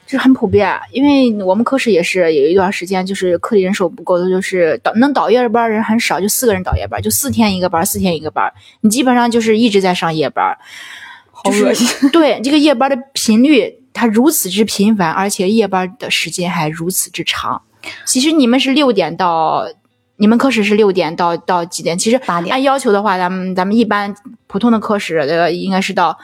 就是很普遍，因为我们科室也是有一段时间就是科里人手不够的，就是倒能倒夜班人很少，就四个人倒夜班，就四天一个班，四天一个班，你基本上就是一直在上夜班，好就恶心。 [LAUGHS] 是对这个夜班的频率。它如此之频繁，而且夜班的时间还如此之长。其实你们是六点到，你们科室是六点到到几点？其实八点按要求的话，咱们咱们一般普通的科室呃应该是到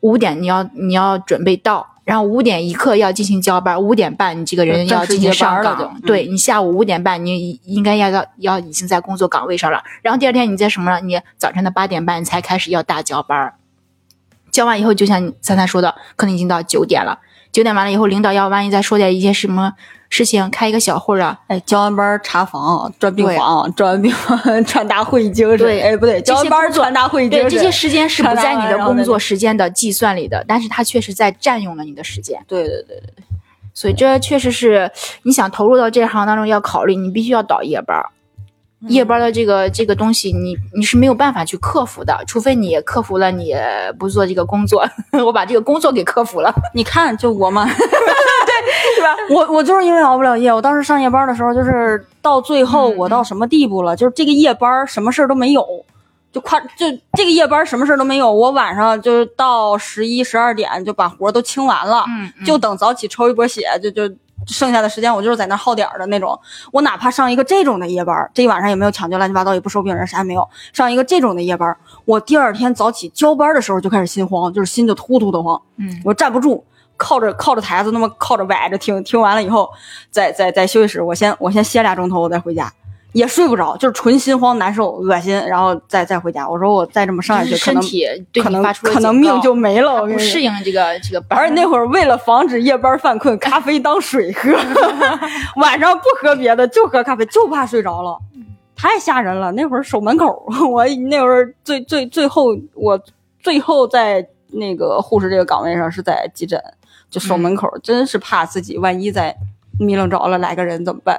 五点，你要你要准备到，然后五点一刻要进行交班，五点半你这个人就正要式进行接班上了岗，就嗯对你下午五点半你已应该要到要已经在工作岗位上了，然后第二天你在什么呢？你早晨的八点半你才开始要大交班儿。交完以后，就像你三三说的，可能已经到九点了。九点完了以后，领导要万一再说点一些什么事情，开一个小会儿啊，哎，交完班查房，转病房，转完病房 [LAUGHS] 传达会议精神。对哎，不啊对，这交些完班工作传达会议精对，神。这些时间是不在你传达完的然后工呢作时间的计算里的，但是它确实在占用了你的时间，对对对对，所以这确实是你想投入到这行当中要考虑，你必须要倒夜班儿。夜班的这个这个东西你，你是没有办法去克服的，除非你克服了，你不做这个工作， [LAUGHS] 我把这个工作给克服了。你看，就我嘛， [LAUGHS] 对，是吧？我我就是因为熬不了夜，我当时上夜班的时候，就是到最后嗯我到什么地步了？就是这个夜班什么事儿都没有，就夸就这个夜班什么事儿都没有。我晚上就是到十一十二点就把活儿都清完了，嗯嗯就等早起抽一波血，就就剩下的时间我就是在那儿耗点儿的那种。我哪怕上一个这种的夜班儿，这一晚上也没有抢救，乱七八糟也不收病人，啥也没有。上一个这种的夜班儿，我第二天早起交班儿的时候就开始心慌，就是心就突突的慌，嗯，我站不住。靠着靠着台子那么靠着崴着听，听完了以后，再再再休息室，我先我先歇俩钟头，我再回家，也睡不着，就是纯心慌难受恶心，然后再再回家。我说我再这么上下就去，是可身能体对可你能发出了可能警告命就没了。它我不跟你说适应这个这个班儿，而且那会儿为了防止夜班犯困，咖啡当水喝， [LAUGHS] 晚上不喝别的，就喝咖啡，就怕睡着了，太吓人了。那会儿 [LAUGHS] 守门口，我那会儿最最最后，我最后在那个护士这个岗位上是在急诊，就守门口，真是怕自己万一在迷愣着了来个人怎么办？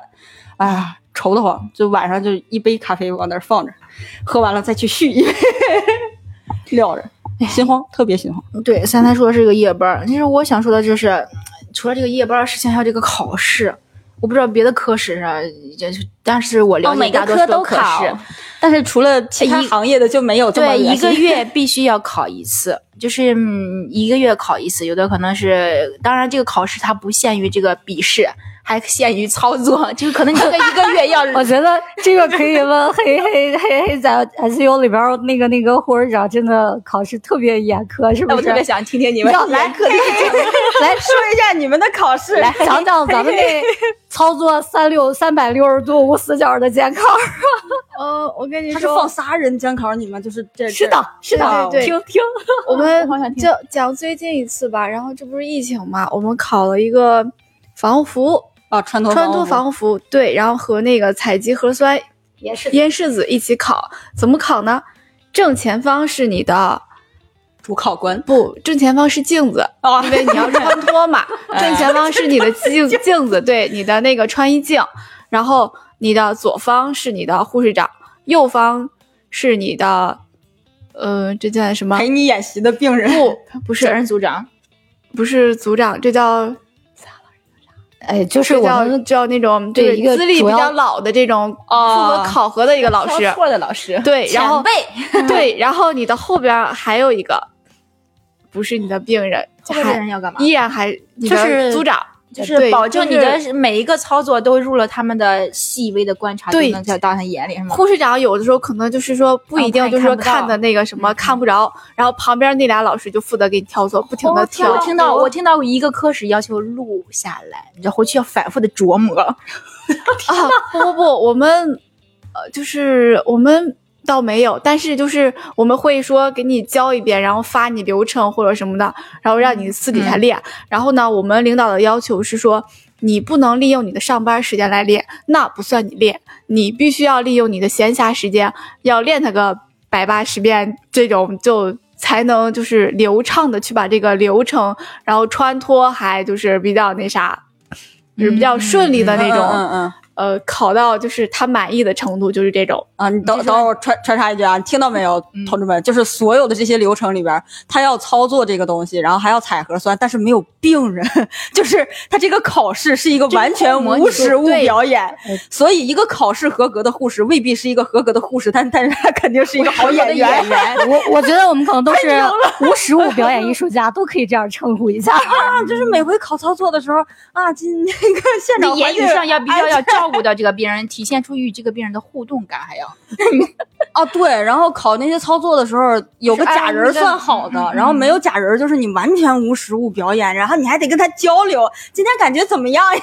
哎呀，愁得慌，就晚上就一杯咖啡往那儿放着，喝完了再去续 [LAUGHS] 一杯，撂着，心慌，特别心慌。对，三三说的是个夜班儿，其实我想说的就是，除了这个夜班儿的事情，还有这个考试。我不知道别的科室上，就是但是我了哦每解个大多科数的都科考室，但是除了其他一行业的就没有这么对，恶一心个月必须要考一 [LAUGHS] 次，就是、嗯一个月考一次，有的可能是，当然这个考试它不限于这个笔试，还限于操作， [LAUGHS] 就是可能你这个一个月要我觉得这个可以问黑黑黑黑在 ICU 里边儿那个那个护士长真的考试特别严苛，是不哎我是？特别想听听你们要来科 [LAUGHS] 来说一下你们的考试，来讲讲咱们 [LAUGHS] 那操作三六三百六十度无死角的监考。呃，我跟你他是说放，仨人监考，你们就是这是的，是的，对对对听听。我们好想听就讲最近一次吧。然后这不是疫情嘛，我们考了一个防护服，啊，穿脱穿脱防防护服，对，然后和那个采集核酸也是咽拭子一起考。怎么考呢？正前方是你的主考官不，正前方是镜子，啊因为你要穿脱嘛。正前方是你的镜镜子，对，你的那个穿衣镜，然后你的左方是你的护士长，右方是你的，呃，这叫什么？陪你演习的病人，不，不责是，任组长，不是组长，这叫哎，就是就我叫们叫那种对就是一个资历主比要较老的这种符哦合考核的一个老师挑，错的老师，对，然后前辈 [LAUGHS] 对，然后你的后边儿还有一个，不是你的病人，后面的还人要干嘛？依然还你就是的组长，就是对保证就你是的每一个操作都入了他们的细微的观察，对就能在到他眼里是吗？护士长有的时候可能就是说不一定，看就是看说不到哦看的那个什么看不着，然后旁边那俩老师就负责给你挑错，不停的我听哦挑我。听到我听到一个科室要求录下来，你这回去要反复的琢磨。啊，不不不，我们呃，就是我们倒没有，但是就是我们会说给你教一遍，然后发你流程或者什么的，然后让你私底下嗯练。然后呢，我们领导的要求是说，你不能利用你的上班时间来练，那不算你练，你必须要利用你的闲暇时间，要练它个百八十遍，这种就。才能就是流畅的去把这个流程，然后穿脱，还就是比较那啥，就是比较顺利的那种，嗯嗯嗯呃考到就是他满意的程度，就是这种。啊，你等这是等会儿我穿穿插一句啊，你听到没有，同志们？就是所有的这些流程里边儿，他要操作这个东西，然后还要采核酸，但是没有病人， [LAUGHS] 就是他这个考试是一个完全无实物表演，所以一个考试合格的护士未必是一个合格的护士，但但是他肯定是一个好演员。我我觉得我们可能都是无实物表演艺术家，都可以这样称呼一下。啊，就是每回考操作的时候啊，进那个现场你言环语境上 [LAUGHS] 要必须啊要要照顾到这个病人，体现出与这个病人的互动感，还要啊，对，然后考那些操作的时候，有个假啊人儿算好的，然后没嗯有假人儿就是你完全无实物表演，然后你还得跟他交流，今天感觉怎么样呀？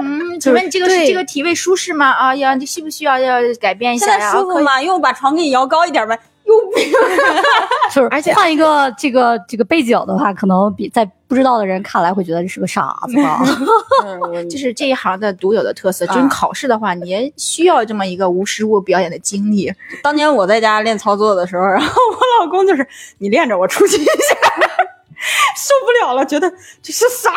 嗯，请问这个是对这个体位舒适吗？啊呀，你需不需要要改变一现下在呀？舒服可以吗？用把床给你摇高一点呗。就是而且换一个这个这个背景的话，可能比在不知道的人看来会觉得这是个傻子啊 [LAUGHS] 吧。这是这一行的独有的特啊色，就是考试的话，你也需要这么一个无实物表演的经历。 [LAUGHS] 当年我在家练操作的时候，然后我老公就是你练着，我出去一下， [LAUGHS] 受不了了，觉得这是啥？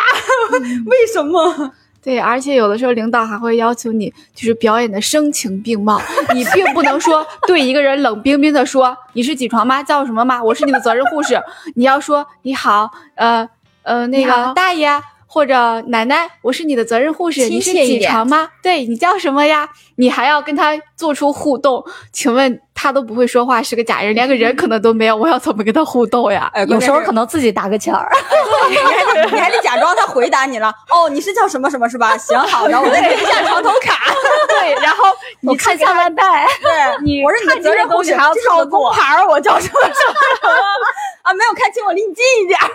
[LAUGHS] 为什么？对，而且有的时候领导还会要求你，就是表演的声情并茂，你并不能 [LAUGHS] 说对一个人冷冰冰的说你是几床妈，叫什么妈，我是你的责任护士，你要说你好，呃呃那你个好大爷或者奶奶，我是你的责任护士，你是亲切一几点床妈，对你叫什么呀？你还要跟他做出互动，请问他都不会说话，是个假人，连个人可能都没有，我要怎么跟他互动呀？哎，有时候关可能自己打个钱儿，键是你还得你还得假装他回答你了。哦，你是叫什么什么是 [LAUGHS] 吧？行好，然后我再给你一下床头卡。对，然后我看下半代， [LAUGHS] 对，你我是你的责任护士，看这个东西还要这是我照顾工牌儿，我叫什么什么什么 [LAUGHS] 啊？没有看清，我离你近一点儿。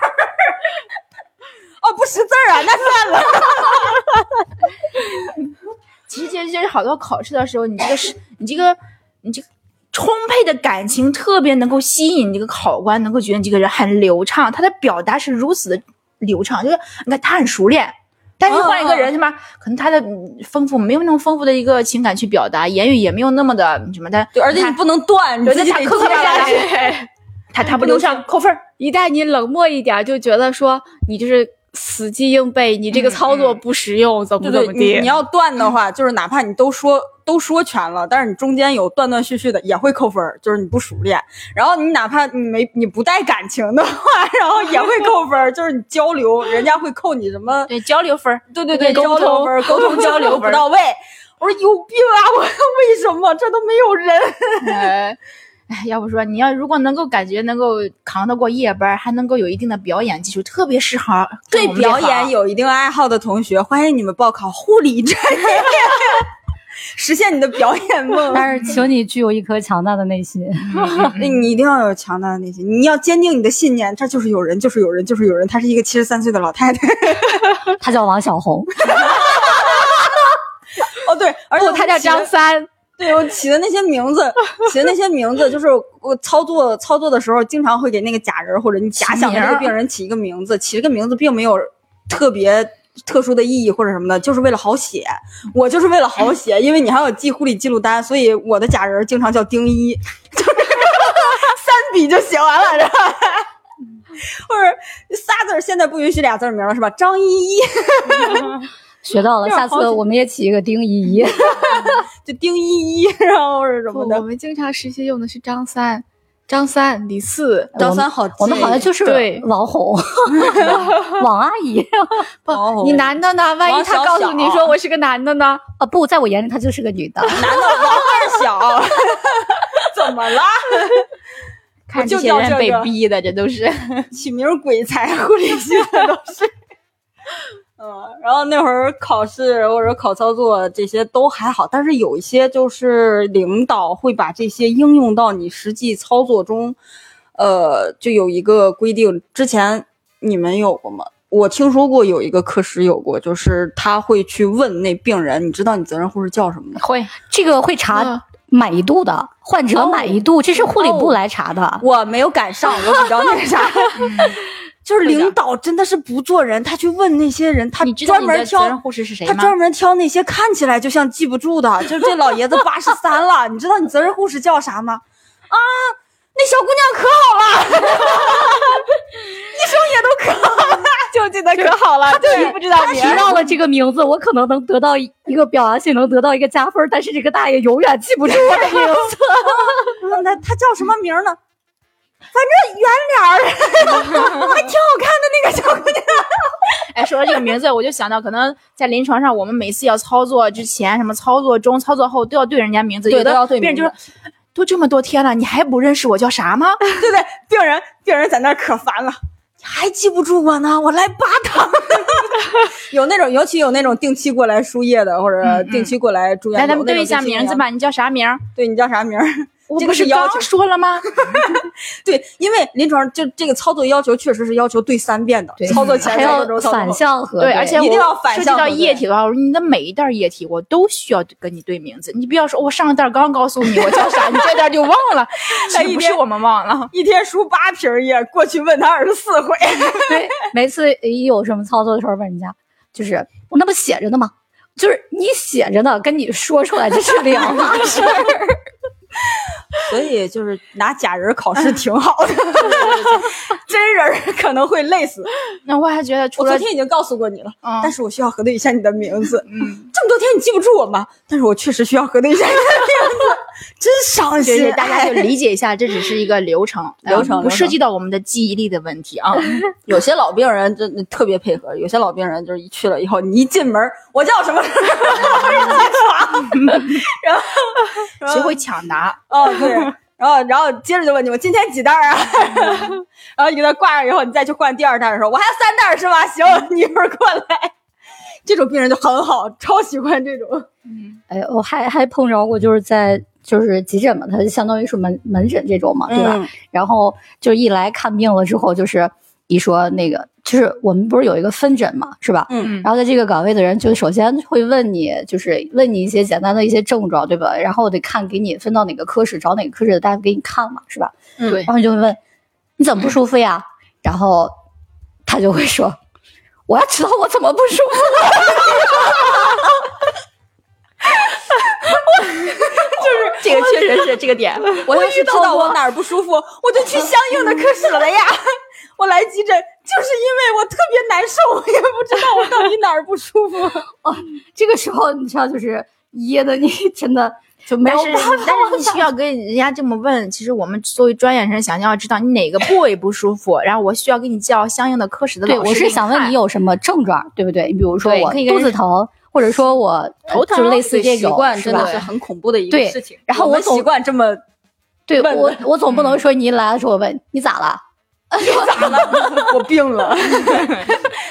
哦，不识字儿啊，那算了。其实就是就是好多考试的时候，你这个是，你这个，你这个充沛的感情特别能够吸引这个考官，能够觉得你这个人很流畅，他的表达是如此的流畅，就是你看他很熟练。但是换一个人他妈，可能他的嗯丰富没有那么丰富的一个情感去表达，言语也没有那么的什么的，对，而且你不能断，你有自的己他得磕记磕下巴巴来。的， [LAUGHS] 他他不流 [LAUGHS] 畅扣分儿。一旦你冷漠一点儿，就觉得说你就是死记硬背，你这个操作不实用，怎嗯对对，么怎么你你地。要断的话，就是哪怕你都说都说全了，但是你中间有断断续续的也会扣分儿，就是你不熟练。然后你哪怕你没你不带感情的话，然后也会扣分儿，就是你交流，人家会扣你什么？对，交流分儿。对对对，对交沟流通分儿、 [LAUGHS] 沟通交流不到位。我说有病啊！我 [LAUGHS] 为什么这都没有人？呃，哎，要不说你要如果能够感觉能够扛得过夜班儿，还能够有一定的表演技术，特别适合对我们这表演行有一定爱好的同学，欢迎你们报考护理专业， [LAUGHS] 实现你的表演 [LAUGHS] 梦。但是请你具有一颗强大的内心。嗯 [LAUGHS] 那你一定要有强大的内心，你要坚定你的信念。这就是有人，就是有人，就是有人。她是一个七十三岁的老太 [LAUGHS] 太。她叫王小红，哦，对，而且不，他叫张三。三， [LAUGHS] 对我起的那些名字，起的那些名字，就是我操作操作的时候，经常会给那个假人或者你假想的这起个名儿病人起一个名字，起这个名字并没有特别。特殊的意义或者什么的，就是为了好写。我就是为了好写，因为你还要记护理记录单，所以我的假人经常叫丁一，就是 [LAUGHS] 三笔就写完了，然后或者仨字儿现在不允许俩字儿名了，是吧？张依依学到了，下次我们也起一个丁依依。就丁依依，然后是什么不哦我的。们经常实习用的是张三，张三、李四，张三好记，我们好像就是对王 [LAUGHS] 红、王阿姨 [LAUGHS] 不你男的呢？万一哦王他小告诉你小说我是个男的呢？啊，不在我眼里她就是个女的。男的王二小， [LAUGHS] 怎么了？看就这些叫这人被个逼的，这都 [LAUGHS] 是。起名儿鬼才狐狸精的都是。 [LAUGHS] 嗯，然后那会儿考试或者考操作这些都还好，但是有一些就是领导会把这些应用到你实际操作中。呃，就有一个规定，之前你们有过吗？我听说过有一个科室有过，就是他会去问那病人，你知道你责任护士叫什么吗？会，这个会查嗯满意度的，患者满意度，这是护理部来查的。 [LAUGHS] 我没有赶上，我比较那个啥，就是领导真的是不做人，他去问那些人，他你知道专你的门责任挑，护士是谁他吗专？门挑那些看起来就像记不住 [LAUGHS] 的，就这老爷子八十三了，你知道你责任护士叫啥吗？啊，那小姑娘可好了，医生也都可好了，就记得可好了，对，不知道他提到了这个名字，我可能能得到一一个表扬性，能得到一个加分，但是这个大爷永远记不住我的名字。问他他叫什么名儿呢？反正圆 [LAUGHS] 脸儿，还 [LAUGHS] 挺好看的那个小姑娘。哎，说到这个名字，我就想到，可能在临床上，我们每次要操作之前、什么操作中、操作后，都要对人家名字。对有的都要对病人就名说：“都这么多天了，你还不认识我叫啥吗对对，病人病人在那儿可烦了，你还记不住我呢？我来八堂。 [LAUGHS] 有那种，尤其有那种定期过来输液的，或者嗯嗯定期过来住？”院的。来，咱有们那对种一下定期名字的吧，你叫啥名儿？对你叫啥名儿？ [LAUGHS] 我这不个是是要刚求说了吗？对，因为临床就这个操作要求确实是要求对三遍的，操作前、还操要作中、操作反后。向核而且一我定要反涉及向到核对液体的话，我说你的每一袋液体我都需要跟你对名字，你不要说我上一袋刚告诉你我叫啥，你这袋就忘了，那是一不是天我们忘 [LAUGHS] 了？一天输八瓶儿液，过去问他二十 [LAUGHS] 四回， [LAUGHS] 对，每次一有什么操作的时候，问人家，就是我那不写着呢吗？就是你写着呢，跟你说出来这是两码事儿。所以就是拿假人考试挺好 [LAUGHS] 的，真人儿可能会累死。那我还觉得除我昨了天已经告诉过你了，嗯但是我需要核对一下你的名字。嗯，这么多天你记不住我吗？但是我确实需要核对一下你的名字，真伤就心哎是。大家就理解一下，这只是一个流程，流啊程不流涉程及到我们的记忆力的问题啊。有些老病人真的特别配合，有些老病人就是一去了以后，你一进门儿，我叫什么？ [LAUGHS] 学会抢 [LAUGHS] 答，哦，对。然后，然后接着就问你，我今天几袋儿啊？ [LAUGHS] 然后你给他挂上以后，你再去换第二袋儿的时候，我还有三袋儿是吧？行，你一会儿过来。 [LAUGHS] 这种病人就很好，超喜欢这种。哎，我还还碰着过，就是在就是急诊嘛，它就相当于是门门诊这种嘛，对吧？嗯然后就一来看病了之后，就是一说那个，就是我们不是有一个分诊嘛，是吧？嗯然后在这个岗位的人，就首先会问你，就是问你一些简单的一些症状，对吧？然后得看给你分到哪个科室，找哪个科室的大夫给你看嘛，是吧？嗯对然后你就会问你怎么不舒服呀？然后他就会说我要知道我怎么不舒服。 [LAUGHS] 这个确实是这个点。我要是知道我哪儿不舒服，我就去相应的科室了呀。我来急诊就是因为我特别难受，我也不知道我到底哪儿不舒服。 [LAUGHS] 这个时候你知道，就是噎的你真的就 [LAUGHS] 没但有是办但法。是你需要跟人家这么问，其实我们作为专业人想要知道你哪个部位不舒服，然后我需要给你叫相应的科室的老对，师。我是想问你有什么症状，对不对？你比如说对我可以跟肚人子疼，或者说我头疼就类似这种，是吧是很恐怖的一个事情。然后我我们总习惯这 [LAUGHS] 么对问我，我总嗯不能说你一来的时候我问你咋了，咋了？我病了， [LAUGHS]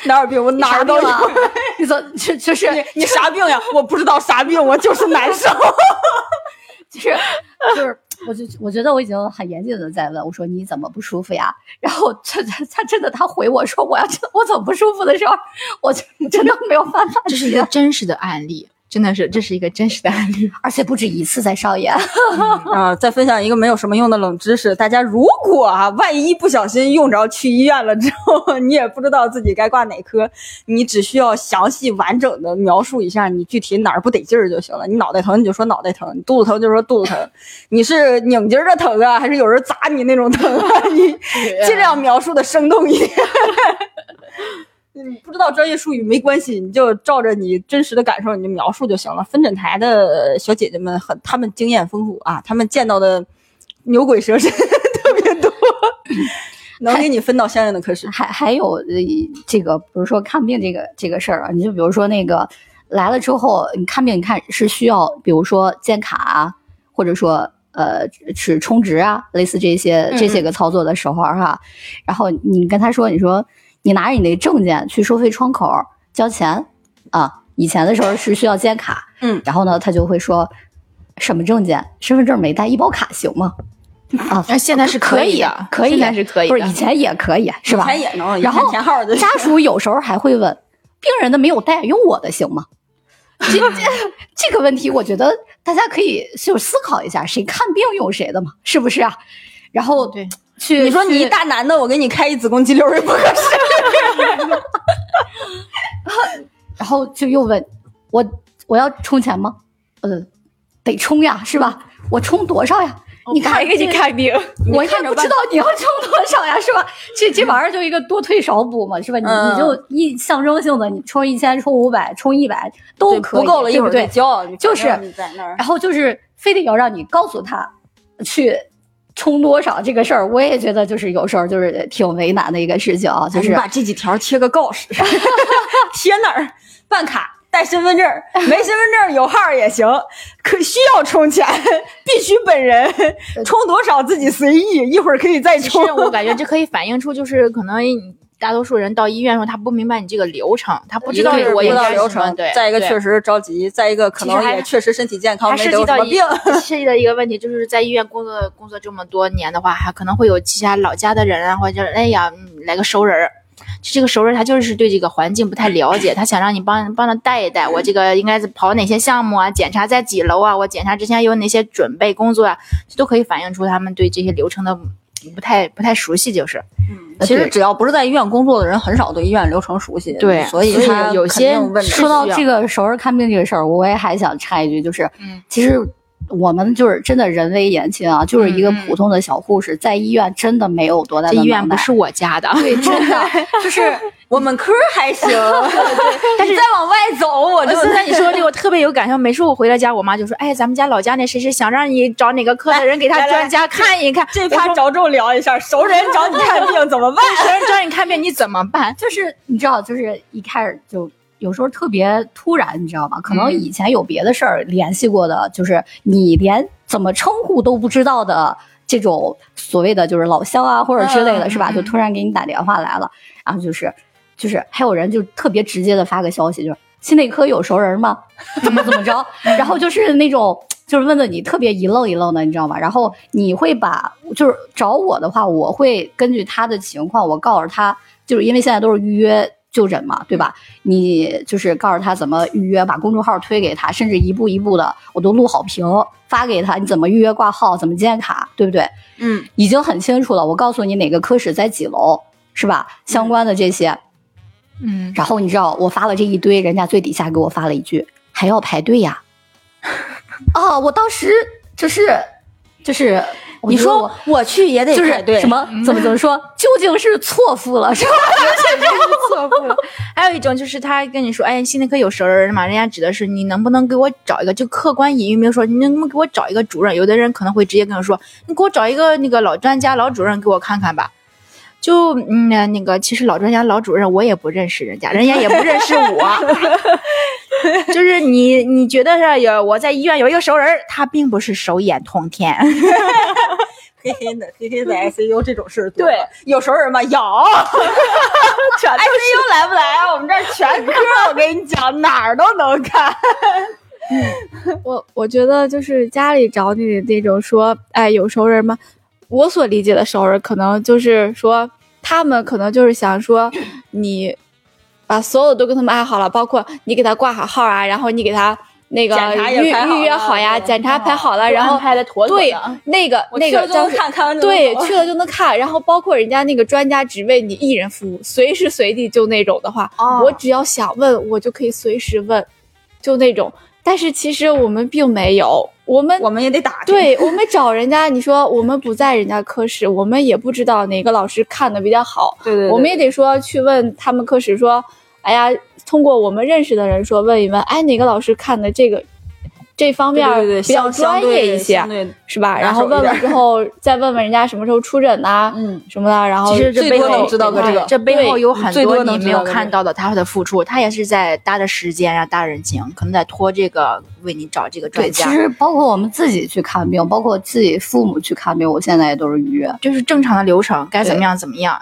哪儿有病？我哪儿啥病都有。 [LAUGHS] 啊？ [LAUGHS] 你怎就就是你啥病呀？我不知道啥病，我就是难受。就是就是，我就我觉得我已经很严谨的在问，我说你怎么不舒服呀？然后这他他真的他回我说我要知道我怎么不舒服的时候，我就真的没有办法这是一接个，真实的案例，真的是这是一个真实的案例。而且不止一次在上演。啊，再分享一个没有什么用的冷知识，大家如果啊，万一不小心用着去医院了之后，你也不知道自己该挂哪科，你只需要详细完整的描述一下你具体哪儿不得劲儿就行了。你脑袋疼你就说脑袋疼，你肚子疼就说肚子疼，你是拧筋儿的疼啊，还是有人砸你那种 [LAUGHS] 疼啊？你尽量描述的生动一点。嗯，不知道专业术语没关系，你就照着你真实的感受，你就描述就行了。分诊台的小姐姐们很，她们经验丰富啊，她们见到的牛鬼蛇神 [LAUGHS] 特别 [LAUGHS] 能给你分到相应的科室。还还有呃这个，比如说看病这个这个事儿啊，你就比如说那个来了之后，你看病，你看是需要，比如说建卡啊，或者说呃是充值啊，类似这些这些个操作的时候儿哈、然后你跟他说，你说你拿着你的证件去收费窗口儿交钱啊，以前的时候是需要建卡，嗯然后呢，他就会说什么证件，身份证没带，医保卡行吗？啊，啊现在是可以啊可以，现在是可以不是的以前也可以，是吧？以前也能，以然前后填号就家属有时候还会问，病人的没有带，用我的行吗？ [LAUGHS] 这这这个问题，我觉得大家可以就是思考一下，谁看病用谁的嘛，是不是啊？然后对 [LAUGHS] 去哦你说你一大男的，我给你开一子宫肌瘤儿也不合适。然后就又问我我要充钱吗？呃，得充呀，是吧？我充多少呀？哦你看，给你这看病，我你也看着不办知道你要充多少呀，是吧？这这玩意儿就一个多退少补嘛，是吧？你嗯你就一象征性的，你充一千、充五百、充一百都对可以，不够了，一对会不儿再对？交。你就反正是你在那儿，然后就是非得要让你告诉他去充多少这个事儿，我也觉得就是有时候就是挺为难的一个事情啊，就咱是们把这几条贴个告 [LAUGHS] 示，贴哪儿？办卡。带身份证儿，没身份证儿有号儿也行，可需要充钱， [LAUGHS] 必须本人，充多少自己随意，一会儿可以再其充。 [LAUGHS] 实我感觉这可以反映出，就是可能大多数人到医院的时候，他不明白你这个流程，他不知道一个是我不应知道该流什么程，对，再一个对确实着急，再一个可其实能还也确实身体健康，还没涉得及有什到么一病。 [LAUGHS] 涉及到一个问题，就是在医院工作工作这么多年的话，还可能会有其他老家的人啊，或者哎呀、嗯来个熟人儿。就这个熟人，他就是对这个环境不太了解，他想让你帮帮他带一带，我这个应该是跑哪些项目啊，检查在几楼啊，我检查之前有哪些准备工作啊，这都可以反映出他们对这些流程的不太不太熟悉，就是其实呃对只要不是在医院工作的人，很少对医院流程熟悉。对所以所以他有肯些定问题是说到需要这个首尔看病这个事儿，我也还想插一句，就是，嗯其实我们就是真的人微言轻啊，就是一个嗯嗯普通的小护士，在医院真的没有多大这的医院能不耐是我家 [LAUGHS] 的，对，真的就是我们科 [LAUGHS] 还行，但是再往外走，我就 [LAUGHS] 就在你说这个，我特别有感受。每次我回到家，我妈就说：“哎，咱们家老家那谁谁想让你找哪个科的人给来他来来专家看一看，这我趴说着重聊一下，熟人找你看病怎么办？有人找你看病，你怎么办？就是你知道，就是一开始就有时候特别突然，你知道吧？可能嗯以前有别的事儿联系过的，就是你连怎么称呼都不知道的这种所谓的就是老乡啊或者之类的，嗯是吧？嗯就突然给你打电话来了，然后就是就是还有人就特别直接的发个消息，就是心内科有熟人吗？怎么怎 [LAUGHS] 么着？然后就是那种。就是问的你特别一愣一愣的，你知道吗？然后你会把就是找我的话，我会根据他的情况，我告诉他，就是因为现在都是预约就诊嘛，对吧？你就是告诉他怎么预约，把公众号推给他，甚至一步一步的我都录好评发给他，你怎么预约挂号，怎么建卡，对不对？嗯，已经很清楚了，我告诉你哪个科室在几楼，是吧？相关的这些。嗯，然后你知道我发了这一堆，人家最底下给我发了一句还要排队 [LAUGHS] 呀。啊，我当时就是就是，我你觉得说我我去也得就是排队什？么怎么怎么说，究竟是错付了是吧？错付了。还有一种就是他跟你说：“哎，心内科有熟人嘛？”人家指的是你能不能给我找一个，就客观隐喻没有说你能不能给我找一个主任。有的人可能会直接跟我说：“你给我找一个那个老专家、老主任给我看看吧。”就嗯那个，其实老专家、老主任我也不认识人家，人家也不认识我。 [LAUGHS] 就是你，你觉得是有我在医院有一个熟人儿，他并不是手眼通天。黑黑的，黑黑的 ICU 这种事儿多对吧，有熟人吗？有，ICU 来不来？我们这儿全科，我跟你讲，哪儿都能看。我我觉得就是家里找你的那种说，哎，有熟人吗？我所理解的熟人，可能就是说他们可能就是想说你把所有的都跟他们安好了，包括你给他挂好号啊，然后你给他那个检查也预排好预约了好呀，对检查排好了，然后拍的妥妥对的。那个我那去个了就能叫看，看完就能对走，去了就能看，然后包括人家那个专家只为你一人服务，随时随地就那种的话，哦我只要想问，我就可以随时问，就那种。但是其实我们并没有，我们我们也得打听。对我们找人家，你说我们不在人家科室，我们也不知道哪个老师看的比较好，对对，我们也得说去问他们科室说，哎呀，通过我们认识的人说问一问，哎，哪个老师看的这个这方面对对对，比较相专业一些相，对是吧？拿然后手一问点问之后，再问问人家什么时候出诊呐、嗯，什么的，然后其实这最背多后能知道个这个这背后对有很最多能你知没道有个这看个到的他的付出，他也是在搭着时间啊，搭着人情，可能在拖这个为你找这个专对，其家。实包括我们自己去看病，包括自己父母去看病，我现在也都是预约。就是正常的流程，该怎么样怎么样。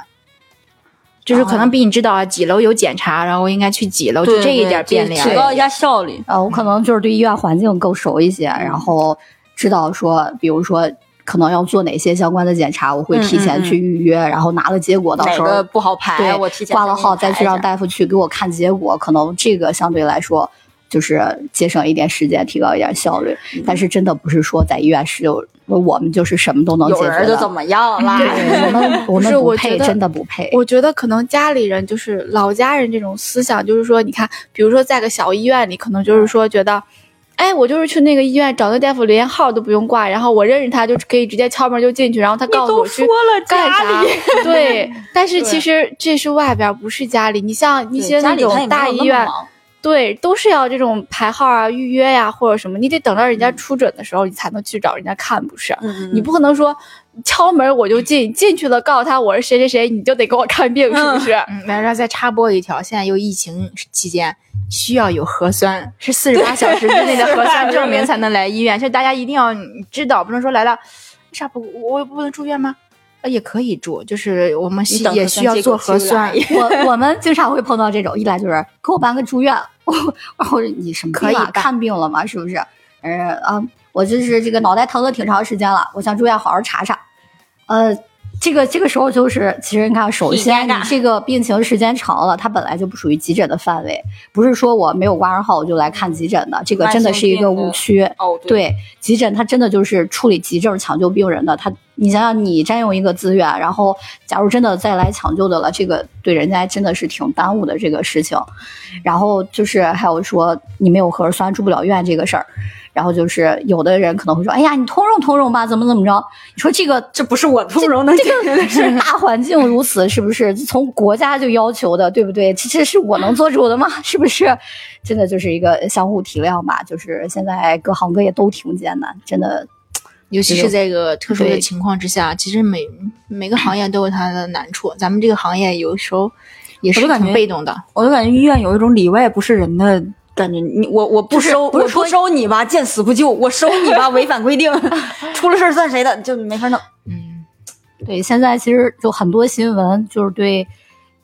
就是可能比你知道啊几楼有检查，然后我应该去几楼，就对这一对点这变量提高一下效率。呃，我可能就是对医院环境更熟一些，然后知道说，比如说可能要做哪些相关的检查，我会提前去预约，然后拿了结果，到嗯哪时候个不好排，对我提前挂了号给你再排去一下让大夫去给我看结果，可能这个相对来说就是节省一点时间，提高一点效率。嗯但是真的不是说在医院是有我们就是什么都能解有决人就怎的。么样啦？对，我们我 [LAUGHS] 不们是不我觉配，得真的不配。我觉得可能家里人就是老家人这种思想，就是说，你看，比如说在个小医院里，可能就是说觉得，哎，我就是去那个医院找那大夫，连号都不用挂，然后我认识他，就可以直接敲门就进去，然后他告诉我去了干啥。 [LAUGHS] 对，但是对其实这是外边，不是家里。你像一些家那里他也种没大有医那么院，忙对，都是要这种排号啊、预约呀、或者什么，你得等到人家出诊的时候，你才能去找人家看，不是？啊嗯嗯，你不可能说敲门我就进，进去了告诉他我是谁谁谁，你就得给我看病，是不是？嗯，然后再插播一条，现在又疫情期间需要有核酸，是四十八小时之内的核酸证明才能来医院，所以大家一定要知道，不能说来了，为啥不我我不能住院吗？呃，也可以住，就是我们你等也核需酸要结做果核出酸来，我我们经常会碰到这种，一来就是给我办个住院，我我说你什么病可以啊办看病了吗？是不是？呃啊，我就是这个脑袋疼了挺长时间了，我想住院好好查查。呃，这个这个时候就是，其实你看，首先挺你尴尬这个病情时间长了，它本来就不属于急诊的范围，不是说我没有挂上号我就来看急诊的，这个真的是一个误区。哦对，对急诊，它真的就是处理急症、抢救病人的。它，你想想，你占用一个资源，然后假如真的再来抢救的了，这个对人家真的是挺耽误的这个事情。然后就是还有说你没有核酸住不了院这个事儿，然后就是有的人可能会说，哎呀，你通融通融吧，怎么怎么着？你说这个这不是我通融能解决的事。是大环境如此，是不是？从国家就要求的，对不对？这这是我能做主的吗？是不是？真的就是一个相互体谅吧。就是现在各行各业都挺艰难，真的。尤其这是种在一个特殊的对情况之下，其实每每个行业都有它的难处，咱们这个行业有时候也是我就感挺觉被动的。 [LAUGHS] 我就感觉医院有一种里外不是人的感觉，你我我不就是收，不是我不说收你吧，见死不救；我收你 [LAUGHS] 吧，违反规定， [LAUGHS] 出了事儿算谁的，就没法弄。嗯，对，现在其实就很多新闻，就是对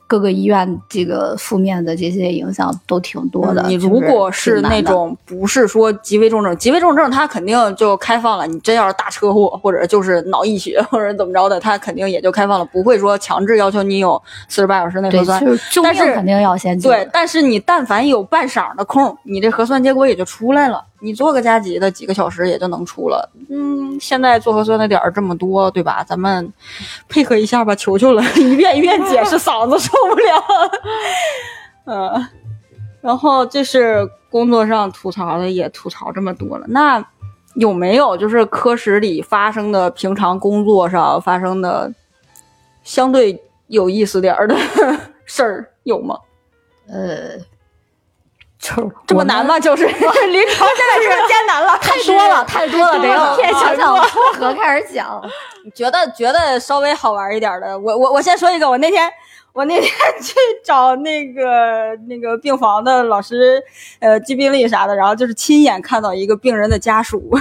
各个医院这个负面的这些影响都挺多的。嗯你就如果是是挺难那的种不是说极为重症，极为重症他肯定就开放了。你真要是大车祸或者就是脑溢血 [LAUGHS] 或者怎么着的，他肯定也就开放了，不会说强制要求你有四十八小时内核对，酸。就是救命但是肯定要先救对，但是你但凡有半晌的空，你这核酸结果也就出来了，你做个加急的几个小时也就能出了。嗯，现在做核酸的点儿这么多，对吧？咱们配合一下吧，求求了， [LAUGHS] 一遍一遍解释，嗓子受不了。 [LAUGHS] 嗯，然后这是工作上吐槽的，也吐槽这么多了。那有没有就是科室里发生的平常工作上发生的相对有意思点儿的 [LAUGHS] 事儿有吗？呃，就是这么我们难吗？就是临床现在是不是艰难了，太多了， [LAUGHS] 太多 [LAUGHS] 了，得要片想想想从何开始讲？觉得觉得稍微好玩一点的，我我我先说一个，我那天我那天去找那个那个病房的老师，呃，记病历啥的，然后就是亲眼看到一个病人的家属 [LAUGHS]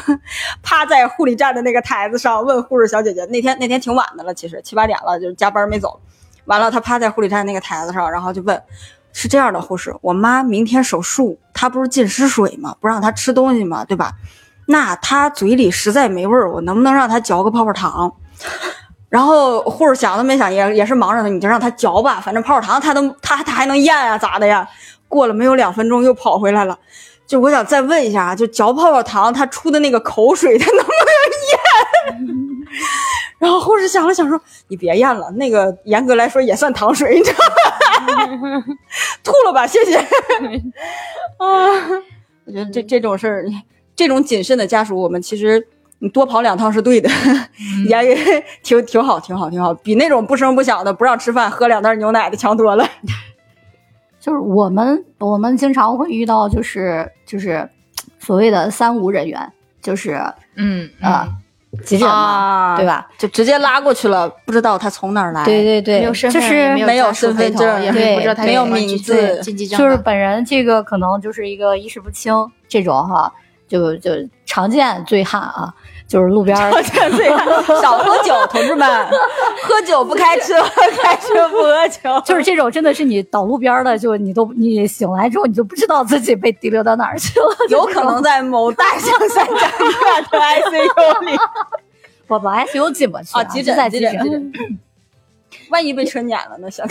趴在护理站的那个台子上，问护士小姐姐，那天那天挺晚的了，其实七八点了，就是加班没走，完了他趴在护理站那个台子上，然后就问。是这样的，护士，我妈明天手术，她不是进食水吗？不让她吃东西吗？对吧？那她嘴里实在没味儿，我能不能让她嚼个泡泡糖？然后护士想都没想，也也是忙着呢，你就让她嚼吧，反正泡泡糖她都她她还能咽啊，咋的呀？过了没有两分钟又跑回来了，就我想再问一下啊，就嚼泡泡糖它出的那个口水，它能不能咽？ [LAUGHS] 然后护士想了想说：“你别咽了，那个严格来说也算糖水，你知道吗？ [LAUGHS] 吐了吧，谢谢。”啊，我觉得这这种事儿，这种谨慎的家属，我们其实你多跑两趟是对的，嗯 [LAUGHS] 也挺挺好，挺好，挺好，比那种不声不响的不让吃饭、喝两袋牛奶的强多了。就是我们我们经常会遇到，就是就是所谓的三无人员，就是嗯啊，急诊嘛，啊，对？吧？就直接拉过去了，不知道他从哪儿来。[LAUGHS] 对对对，没有身就份，也是嗯没有家属身份陪同证也对不知道他没有什么名居住字经济证就是吧本人这个可能就是一个意识不清这种哈，就就常见醉汉啊，就是路边儿对呀， [LAUGHS] 少喝酒，同志们，喝酒不开车，开车不喝 [LAUGHS] 酒。 [LAUGHS] 就是这种真的是你倒路边儿的，就你都你醒来之后你就不知道自己被提溜到哪儿去了。有可能在某大象山 [LAUGHS] 医院的 ICU 里我本来是有进不去啊，急就诊在急诊诊，急诊。 [LAUGHS] 万一被车碾了呢？想，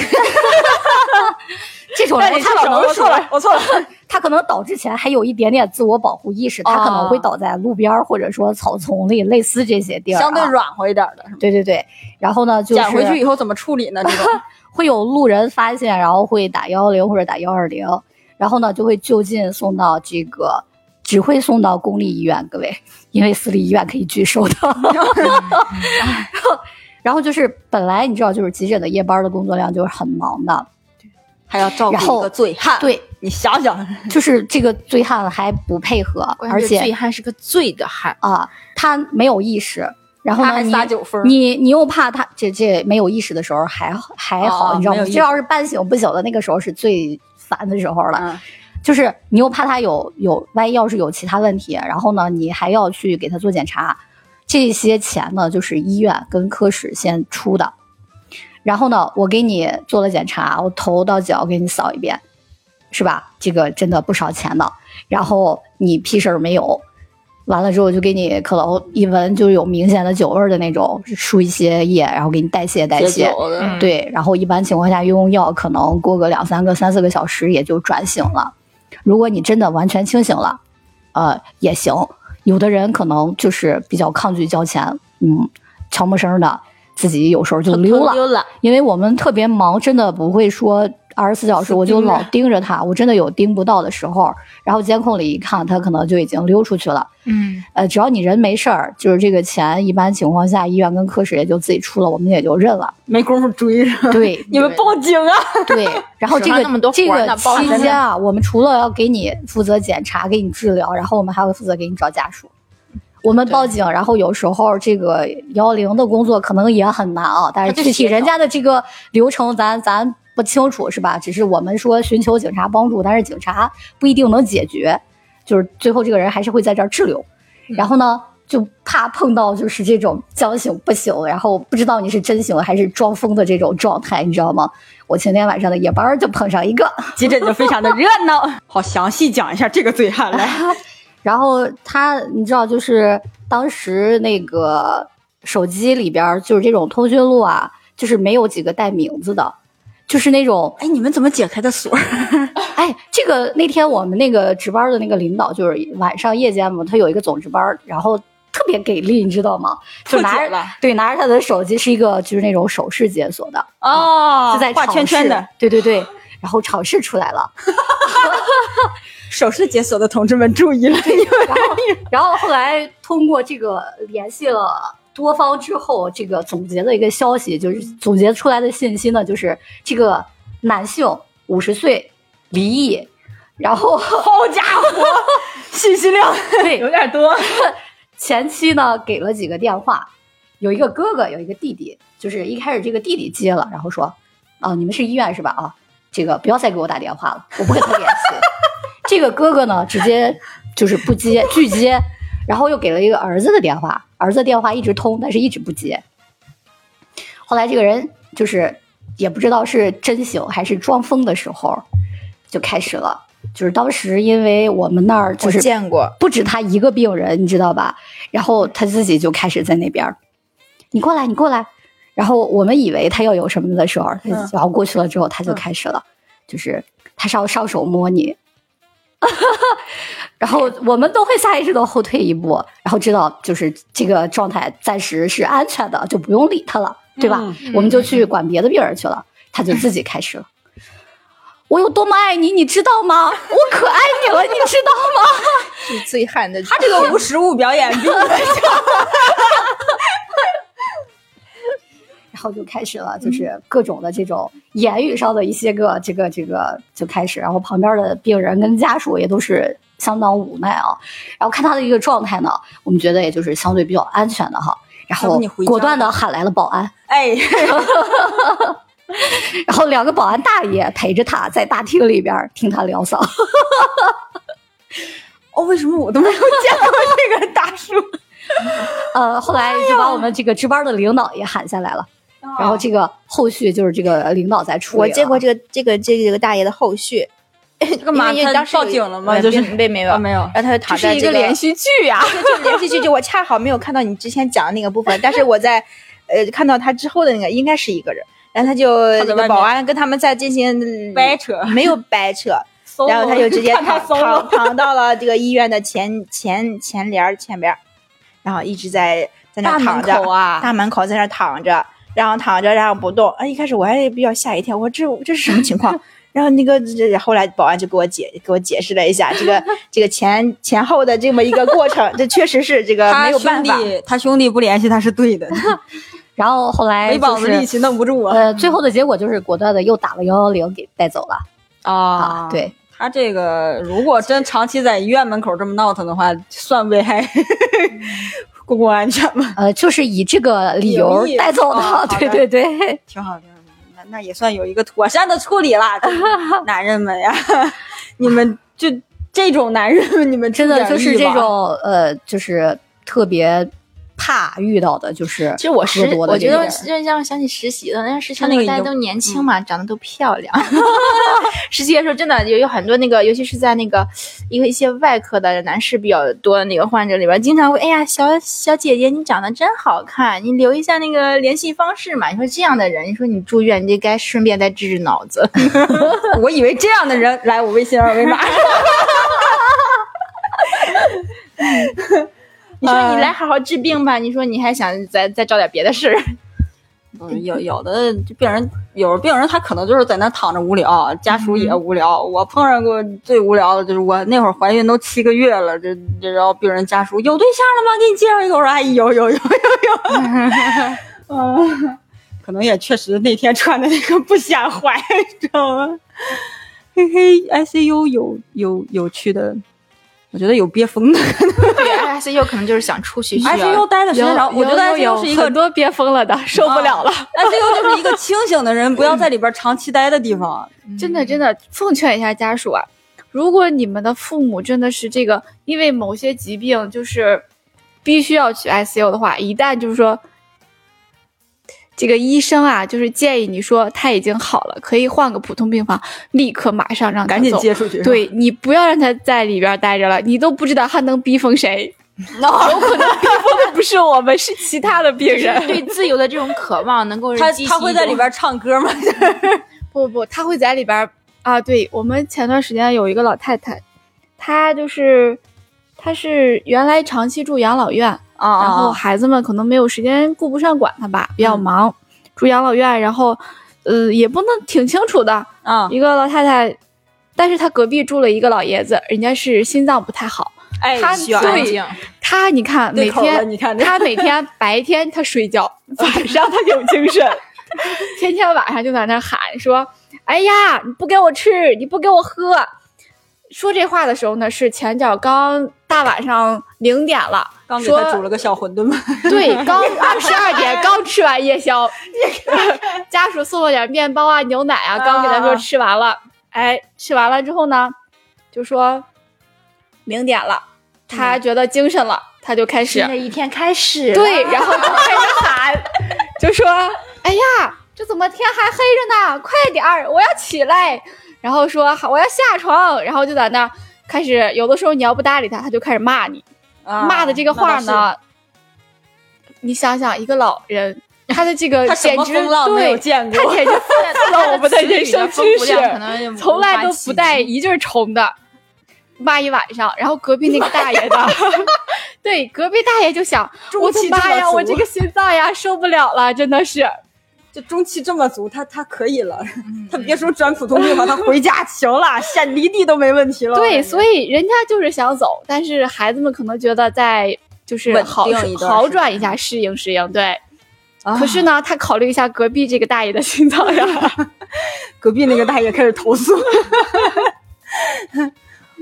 这种人你他可能我错是了，我错了。他可能倒之前还有一点点自我保护意识，他可哦能会倒在路边儿或者说草丛里，类似这些地儿啊、相对软和一点的，对对对，然后呢，就是捡回去以后怎么处理呢？这种会有路人发现，然后会打幺幺零或者打幺二零，然后呢就会就近送到这个，只会送到公立医院，各位，因为私立医院可以拒 [LAUGHS] 收的。然后就是本来你知道，就是急诊的夜班的工作量就是很忙的，还要照然顾后一个醉汉，对，你想想，就是这个醉汉还不配合，关而键且醉汉是个醉的汉，啊，他没有意识，然后他呢，还你撒酒疯儿你你又怕他这这没有意识的时候还还哦好，你知道没吗？有意这识要是半醒不醒的那个时候是最烦的时候了，嗯就是你又怕他有有万一要是有其他问题，然后呢，你还要去给他做检查，这些钱呢就是医院跟科室先出的，然后呢，我给你做了检查，我头到脚给你扫一遍，是吧？这个真的不少钱的。然后你屁事儿没有，完了之后就给你可能一闻就有明显的酒味儿的那种，输一些液，然后给你代谢代解谢。酒的，嗯对，然后一般情况下用药可能过个两三个、三四个小时也就转醒了。如果你真的完全清醒了，呃，也行。有的人可能就是比较抗拒交钱，嗯，悄没声儿的，自己有时候就溜了。溜了，因为我们特别忙，真的不会说二十四小时我就老盯着他，我真的有盯不到的时候。然后监控里一看，他可能就已经溜出去了。嗯，呃，只要你人没事儿，就是这个钱，一般情况下医院跟科室也就自己出了，我们也就认了。 [LAUGHS] 没工夫追上，对， [LAUGHS] 你们报警啊！对，然后手这上个那么多这活儿个呢抱期着呢间啊，我们除了要给你负责检查、给你治疗，然后我们还会负责给你找家属。我们报警，然后有时候这个幺零的工作可能也很难啊，但是他就具体协调人家的这个流程咱咱不清楚是吧？只是我们说寻求警察帮助，但是警察不一定能解决，就是最后这个人还是会在这儿滞留。然后呢，就怕碰到就是这种将醒不醒，然后不知道你是真醒还是装疯的这种状态，你知道吗？我前天晚上的夜班儿就碰上一个， [LAUGHS] 急诊就非常的热闹。好，详细讲一下这个醉汉来。然后他你知道，就是当时那个手机里边儿就是这种通讯录啊，就是没有几个带名字的，就是那种 [LAUGHS] 哎，你们怎么解开的锁？哎，这个那天我们那个值班的那个领导，就是晚上夜间嘛，他有一个总值班儿，然后特别给力，你知道吗？就破拿解着了对拿着他的手机，是一个就是那种手势解锁的，哦就在画场圈圈试的，，对对对，然后尝试出来了。手势解锁的同志们注意了，因为 [LAUGHS] 然后后来通过这个联系了多方之后，这个总结的一个消息，就是总结出来的信息呢，就是这个男性五十岁，离异，然后 [LAUGHS] 好家伙，信息量对有点多。 [LAUGHS] 前妻呢给了几个电话，有一个哥哥，有一个弟弟，就是一开始这个弟弟接了，然后说，啊，你们是医院是吧？啊，这个不要再给我打电话 [LAUGHS] 了，我不跟他联系。这个哥哥呢，直接就是不接，拒接，然后又给了一个儿子的电话，儿子电话一直通，但是一直不接。后来这个人就是也不知道是真醒还是装疯的时候，就开始了。就是当时因为我们那儿就我是见过，不止他一个病人，你知道吧？然后他自己就开始在那边儿，你过来，你过来。然后我们以为他要有什么的时候，他嗯然后过去了之后，他就开始了，就是他上上手摸你， [LAUGHS] 然后我们都会下意识的后退一步，然后知道就是这个状态暂时是安全的，就不用理他了，对吧？嗯我们就去管别的病人去了，他就自己开始了。 [LAUGHS] 我有多么爱你，你知道吗？我可爱你了，你知道吗？是醉汉的，他这个无实物表演比 [LAUGHS] 你们然后就开始了，就是各种的这种言语上的一些个这个这个就开始，然后旁边的病人跟家属也都是相当无奈啊。然后看他的一个状态呢，我们觉得也就是相对比较安全的哈。然要后不你回家果断的喊来了保安，哎，然后两个保安大爷陪着他在大厅里边儿听他疗骚。 [LAUGHS] [LAUGHS] 哦，为什么我都没有见过这个大 [LAUGHS] 叔？呃，后来就把我们这个值班的领导也喊下来了。哎然后这个后续就是这个领导在处理了。我见过这个这个这个这个大爷的后续，干嘛？因为因他为当时报有警了吗？呃就是并并没有啊，，没有。然后他就躺这在是一个这连续剧啊呀、 [LAUGHS] 就连续剧，就我恰好没有看到你之前讲的那个部分，但是我在呃看到他之后的那个应该是一个人，然后他就他在那外面个保安跟他们在进行掰扯，没有掰 [LAUGHS] 扯，然后他就直接看他躺搜了躺躺到了这个医院的前前前帘儿前边儿，然后一直在在大那躺门着，口啊，大门口在那躺着，然后躺着，然后不动。啊，一开始我还比较吓一跳，我说这这是什么情 [LAUGHS] 况？然后那个这后来保安就给我解给我解释了一下这个这个前前后的这么一个过程，这确实是这个没他有兄办法。弟他兄弟不联系他是对的，然后后来、就 [LAUGHS] 没是、膀子力气弄不住啊 [LAUGHS] 呃，最后的结果就是果断的又打了幺幺零给带走了哦啊。对，他这个如果真长期在医院门口这么闹腾的话，算危害 [LAUGHS] 公共安全吗？呃，就是以这个理由有意带走哦好 [LAUGHS] 的。的对 [LAUGHS] 对对，挺好，挺好，那那也算有一个妥善的处理啦。 [LAUGHS] 就是男人们呀， [LAUGHS] 你们就这种男人，你们真出的点就是力这吧种呃，就是特别怕遇到的，就是其实我喝是多，我的这觉个得人。就让想起实习的，那实习他的那时个候大家已经都年轻嘛，长得都漂亮。 [LAUGHS] 实习的时候真的有有很多那个，尤其是在那个一个一些外科的男士比较多的那个患者里边，经常会哎呀，小小姐姐你长得真好看，你留一下那个联系方式嘛。你说这样的人，你说你住院，你就该顺便再治治脑子。 [LAUGHS] [LAUGHS] 我以为这样的人来我微信二维 [LAUGHS] 码，你说你来好好治病吧，你说你还想再再找点别的事儿。 [LAUGHS] 嗯，有有的就病人，有的病人他可能就是在那躺着无聊，家属也无聊。我碰上过最无聊的就是我那会儿怀孕都七个月了，这这然后病人家属有对象了吗？给你介绍一个，我说哎有有有有有， [LAUGHS] 嗯，可能也确实那天穿的那个不显怀，知道吗？嘿嘿，ICU 有有有趣的，我觉得啊有憋疯的对，ICU 可能就是想出去需要，ICU 待的时间长，嗯我觉得 ICU 是一个很多憋疯了的，受不了了。 ICU 就是一个清醒的人不要在里边长期待的地方。真的真嗯的，奉劝一下家属啊，如果你们的父母真的是这个，因为某些疾病就是必须要去 ICU 的话，一旦就是说。这个医生啊，就是建议你说他已经好了，可以换个普通病房，立刻马上让他赶紧走接出去。，对你不要让他在里边待着了，你都不知道他能逼 [LAUGHS] 疯谁，有可能逼疯的不是我们，是其他的病人。对自由的这种渴望，能够他激起他会在一里种边唱歌吗？不不，他会在里边儿啊。对我们前段时间有一个老太太，她就是她是原来长期住养老院，啊然后孩子们可能没有时间顾不上管她吧，嗯比较忙，住养老院，然后呃也不能挺清楚的啊！一个老太太，但是她隔壁住了一个老爷子，人家是心脏不太好，哎他需要对安静。他你看对每口了天你看这他每天白天他睡 [LAUGHS] 觉，晚上他有精 [LAUGHS] 神，天天晚上就在那喊说：“哎呀，你不给我吃，你不给我喝。”说这话的时候呢，是前脚刚大晚上零点了，刚给说他煮了个小馄饨嘛。 [LAUGHS] 对，刚二十二点刚吃完夜宵， [LAUGHS] 家属送了点面包啊、牛奶啊，刚给他说吃完了，哎，吃完了之后呢，就说零点了，他觉得精神了，他就开始新的一天开始，对，然后就开始喊， [LAUGHS] 就说：“哎呀，这怎么天还黑着呢？快点儿，我要起来。”然后说：“好，我要下床。”然后就在那儿开始，有的时候你要不搭理他，他就开始骂你。骂的这个话啊，呢，你想想，一个老人，他的这个他什简么直风浪没有对，见他过？简直但讽刺了我们的人生词趋语的丰富量可势，能 [LAUGHS] 从来都不带 [LAUGHS] 无法企及。一句儿重的，骂一晚上。然后隔壁那个大爷 [LAUGHS] 的， [LAUGHS] 对，隔壁大爷就想。我中的气妈这么呀，足，我这个心脏呀受不了了，真 [LAUGHS] 的是。就中气这么足，他他可以了。[LAUGHS] 嗯他别说转普通病房，他回家行了，现离地都没问题了。对，所以以人家就是想走，但是孩子们可能觉得在就是稳好定一段时好间转一下，适应适应。对，哎可是呢，他考虑一下隔壁这个大爷的心脏 [LAUGHS] 呀， [LAUGHS] 隔壁那个大爷开始投诉。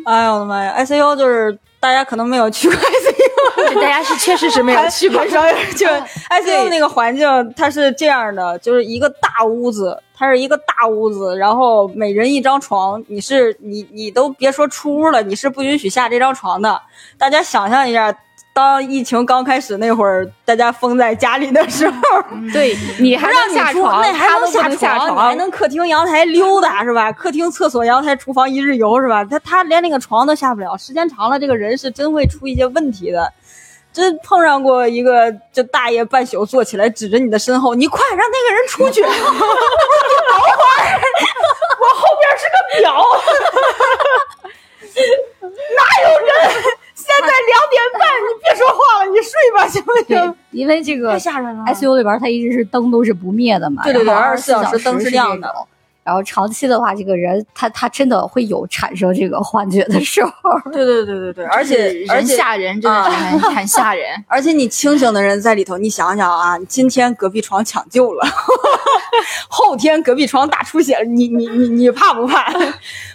哎呦我的妈呀！ICU 就是大家可能没有去过 ICU，就大家是确实是没有去过很少有人哦就是 ICU 那个环境，它是这样的，就是一个大屋子，它是一个大屋子，然后每人一张床，你是你你都别说出屋了，你是不允许下这张床的。大家想象一下，当疫情刚开始那会儿，大家封在家里的时候，对你还不让能你下出，床，那还他都能不能床，你还床，能客厅、阳台溜达是吧？客厅、厕所、阳台、厨房一日游是吧？他他连那个床都下不了，时间长了，这个人是真会出一些问题的。真碰上过一个，这大爷半宿坐起来，指着你的身后，你快让那个人出 [LAUGHS] 去！我说你等会儿，我后边是个表，哪有人？现在两点半，你别说话了，你睡吧，行不 [LAUGHS] 对行？，因为这个太吓人了哎 ICU 里边它一直是灯都是不灭的嘛，对对对二24小时时灯是是亮这的种。然后长期的话，这个人他他真的会有产生这个幻觉的时候。 [LAUGHS] 对对对对对，而且而人且吓人，真的是很很吓 [LAUGHS] 人。而且你清醒的人在里头，你想想啊，今天隔壁床抢救了， [LAUGHS] 后天隔壁床大出血了，你你你你怕不怕？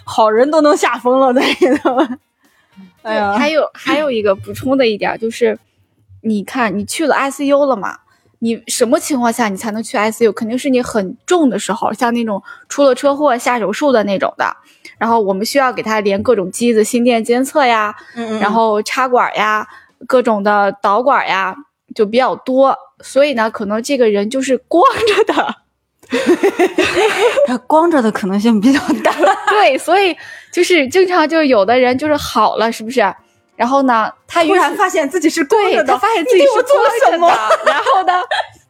好人都能吓疯了在里头。哎对，呀，还 [LAUGHS] 有还有一个补充的一点儿就是，你看你去了 ICU 了嘛？你什么情况下你才能去 ICU？肯定是你很重的时候，像那种出了车祸下手术的那种的。然后我们需要给他连各种机子、心电监测呀，嗯然后插管呀，各种的导管呀，就比较多。所以呢，可能这个人就是光 [LAUGHS] 着的。光着的可能性比较大。对，所以就是经常就是有的人就是好了，是不是？然后呢，他突于然是发现自己是光对着他的发，现自己你对我是做了光什着么的然后 [LAUGHS] 呢，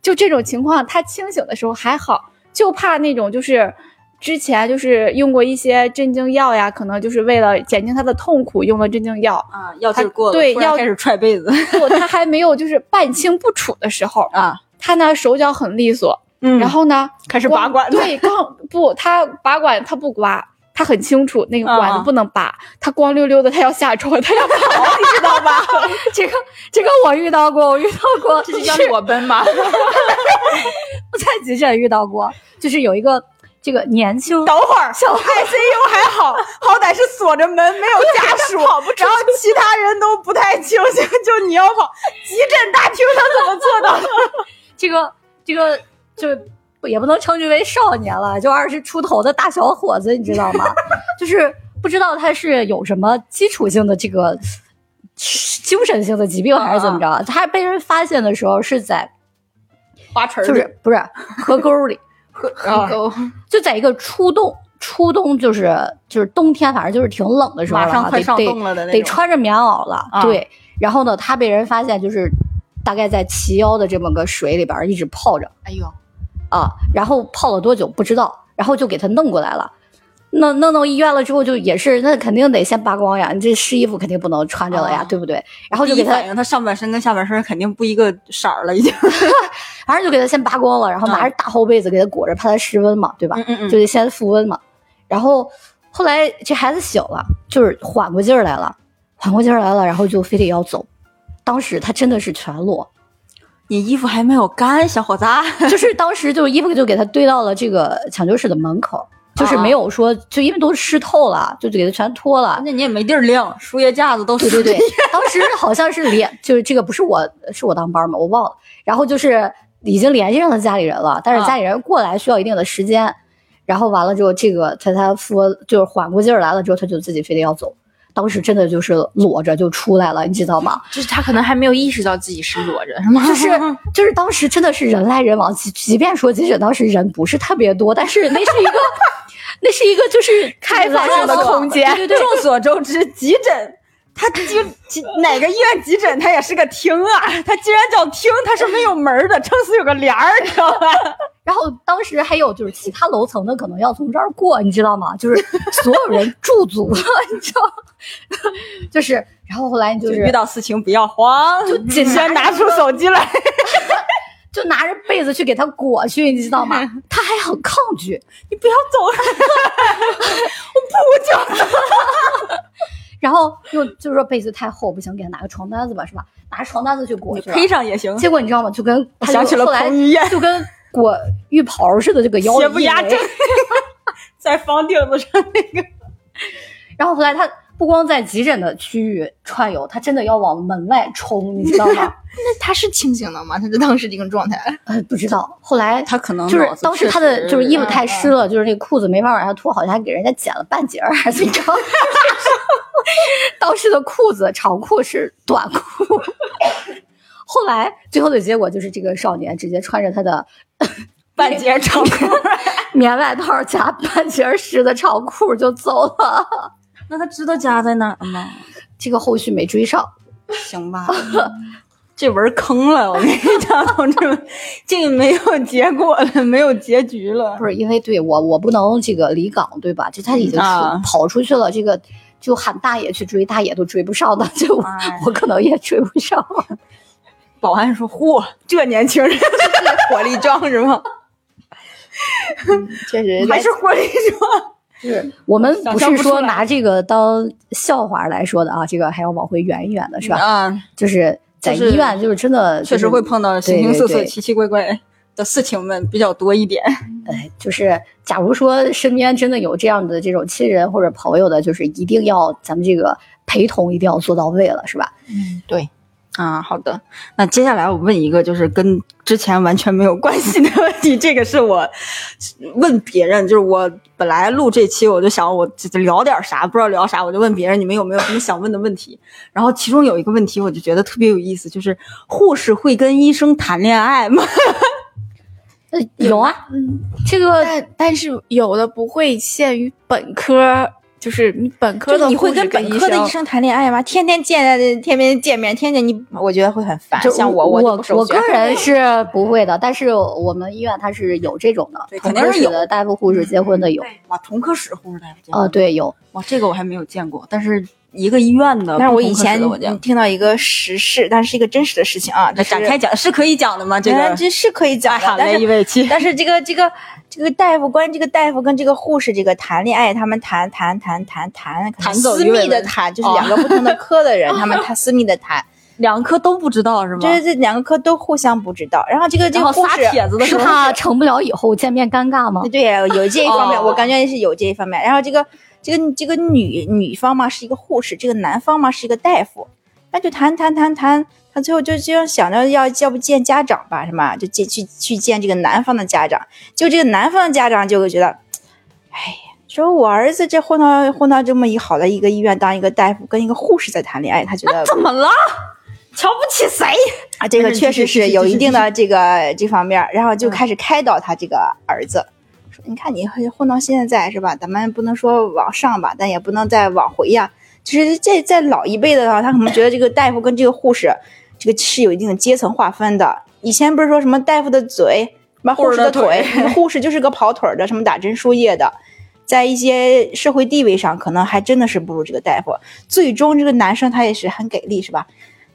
就这种情况，他清醒的时候还好，就怕那种就是之前就是用过一些镇静药呀，可能就是为了减轻他的痛苦用了镇 [LAUGHS] 静药，啊，药劲儿过了，对突然药开始踹被子不，他还没有就是半清不楚的时候， [LAUGHS] 啊，他呢手脚很利索，嗯然后呢开始光拔管子，对，光不，他拔管他不刮，他很清楚那个管啊子不能拔，他光溜溜的，他要下床，他要跑， [LAUGHS] 你知道吧？这个这个我遇到过，我遇到过，这是叫 [LAUGHS] 裸奔 [LAUGHS] 吗？我在急诊遇到过，就是有一个这个年轻等会儿小 ICU 还好，好歹是锁着门，没有家属，然后其他人都不太清醒，就你要跑急诊大厅，他怎么做到的？这个这个就也不能称之为少年了，就二十出头的大小伙子，你知道吗？ [LAUGHS] 就是不知道他是有什么基础性的这个精神性的疾病还是怎么啊着，他被人发现的时候是在花池就是不是河沟里，狗就在一个初冬。初冬就是就是冬天，反正就是挺冷的时候了啊，马上快得上得冻了的那得种穿着棉袄了。啊对，然后呢，他被人发现就是大概在齐腰的这么个水里边儿一直泡着，哎呦，啊，然后泡了多久不知道，然后就给他弄过来了。弄弄到医院了之后，就也是那肯定得先扒光呀，你这湿衣服肯定不能穿着了呀，哦对不对？然后第就一给他反，应，他上半身跟下半身肯定不一个色儿了，已经。反正就给他先扒光了，然后拿着大厚被子给他裹着，怕他失温嘛，对吧？嗯嗯就得先复温嘛。然后后来这孩子醒了，就是缓过劲儿来了，缓过劲儿来了，然后就非得要走。当时他真的是全裸，你衣服还没有干，小伙子。啊 [LAUGHS] 就是当时就衣服就给他堆到了这个抢救室的门口，就是没有说，就因为都湿透了，就给他全脱了 [LAUGHS] 关。键你也没地儿晾，输液架子都对对对，当时好像是联，就是这个不是我，是我当班嘛，我忘了。然后就是已经联系上他家里人了，但是家里人过来需要一定的时间。然后完了之后，这个他他说就是缓过劲儿来了之后，他就自己非得要走。当时真的就是裸着就出来了，你知道吗？就是他可能还没有意识到自己是裸着，是吗？就是 [LAUGHS] 就是当时真的是人来人往，即即便说即使当时人不是特别多，但是那是一个那是一个就是 [LAUGHS] 开放性的空间对对对，众所周知，急诊。他急急哪个医院急诊，他也是个厅啊！ [LAUGHS] 他既然叫厅，他是没有门儿的，撑死有个帘儿，你知道吧？然后当时还有就是其他楼层的可能要从这儿过，你知道吗？就是所有人驻足了， [LAUGHS] 你知道吗，就是然后后来就就是遇到事情不要慌，就警察先拿出手机来。就拿着被子去给他裹去，你 [LAUGHS] 知道吗？他还很抗拒，你不要走， [LAUGHS] 我不讲。然后又就是说被子太厚，不行，给他拿个床单子吧，是吧？拿床单子去裹你去了。披上也行，结果你知道吗？就跟我他想就起了后来彭于晏就跟裹浴袍似的，这个腰邪里不一压围正，在房顶子上那个。然后后来他不光在急诊的区域串游，他真的要往门外冲，你知道吗？ [LAUGHS] 那他是清醒的吗？他在当时这个状态，呃，不知道。后来他可能就是脑子当时确他的就是实衣服太湿嗯了，就是那裤子没法往下脱，好像还给人家剪了半截儿还是 [LAUGHS] 怎么着？当时的裤子长裤是短裤。 [LAUGHS] 后来最后的结果就是，这个少年直接穿着他的半截长裤。棉外套加半截儿湿的长裤就走了。 [LAUGHS] 那他知道家在哪儿吗？ [LAUGHS] 这个后续没追上，行 [LAUGHS] 吧，嗯这文儿坑了，我跟你讲，同志们，这个没有结果了，没有结局了不。是因为对我我不能这个离岗，对吧？这他已经出、啊跑出去了，这个就喊大爷去追，大爷都追不上的，就我,、哎我可能也追不上。保安说：“嚯，这年轻人 [LAUGHS] 是火力壮是吗？确实还是火力壮？是我们想不象是不出说来拿这个当笑话来说的啊，这个还要往回远一远的是吧？啊，就是在就是医院，就是真的、确实会碰到形形色色、对对对奇奇怪怪的事情们比较多一点。哎，就是假如说身边真的有这样的这种亲人或者朋友的，就是一定要咱们这个陪同一定要做到位了，是吧？对，啊，好的。那接下来我问一个，就是跟之前完全没有关系的问题，这个是我问别人，就是我本来录这期我就想我这这聊点啥，不知道聊啥，我就问别人你们有没有什么想问的问题。然后其中有一个问题，我就觉得特别有意思，就是护士会跟医生谈恋爱吗？呃，嗯 [LAUGHS] 有啊，这个但但是有的不会限于本科，就是你本科就的你会护士跟本医科的生医生谈恋爱吗？天天见，天天见面，天天你，我觉得会很啊烦。就像我我就不首我个选人是不会的，但是我们医院它是有这种的对，同肯定科是室有嗯的大夫护士结婚的有，哇，同科室护士大夫哦呃，对，有，哇，这个我还没有见过，但是一个医院的，但是我以呃不前同科室的我见过。听到一个时事，但是一个真实的事情啊，那就是展开讲是可以讲的吗？这哎个这是可以讲爱的，喊但雷是一位气，但是这个这个这个大夫，关于这个大夫跟这个护士这个谈恋爱，他们谈谈谈谈谈，可能谈走私一位密的人谈，就是哦两个不同的科 [LAUGHS] 的人，他们谈私密的谈，两科都不知道是吗？就是这两个科都互相不知道。然后这个这然个后护撒士，帖子的时是候，怕成不了以后见面尴尬吗？对，有这一方面，哦我感觉是有这一方面。然后这个这个这个女女方嘛是一个护士，这个男方嘛是一个大夫，那就谈谈谈谈。他最后就就想着要要不见家长吧，是吧？就见去去见这个男方的家长，就这个男方的家长就会觉得，哎呀，说我儿子这混到混到这么一好的一个医院当一个大夫，跟一个护士在谈恋爱，他觉得怎么了？瞧不起谁？啊，这个嗯确实继续是嗯继续有继一续定继的这个这方面儿，然后就开始开导他这个儿子，说你看你混混到现在是吧？咱们不能说往上吧，但也不能再往回呀。就是这在老一辈的话，他可能觉得这个大夫跟这个护士，这个是有一定的阶层划分的。以前不是说什么大夫的嘴，什么护护士士的的腿， [LAUGHS] 护士就是个跑腿儿的，什么打针输液的，在一些社会地位上，可能还真的是不如这个大夫。最终这个男生他也是很给力，是吧？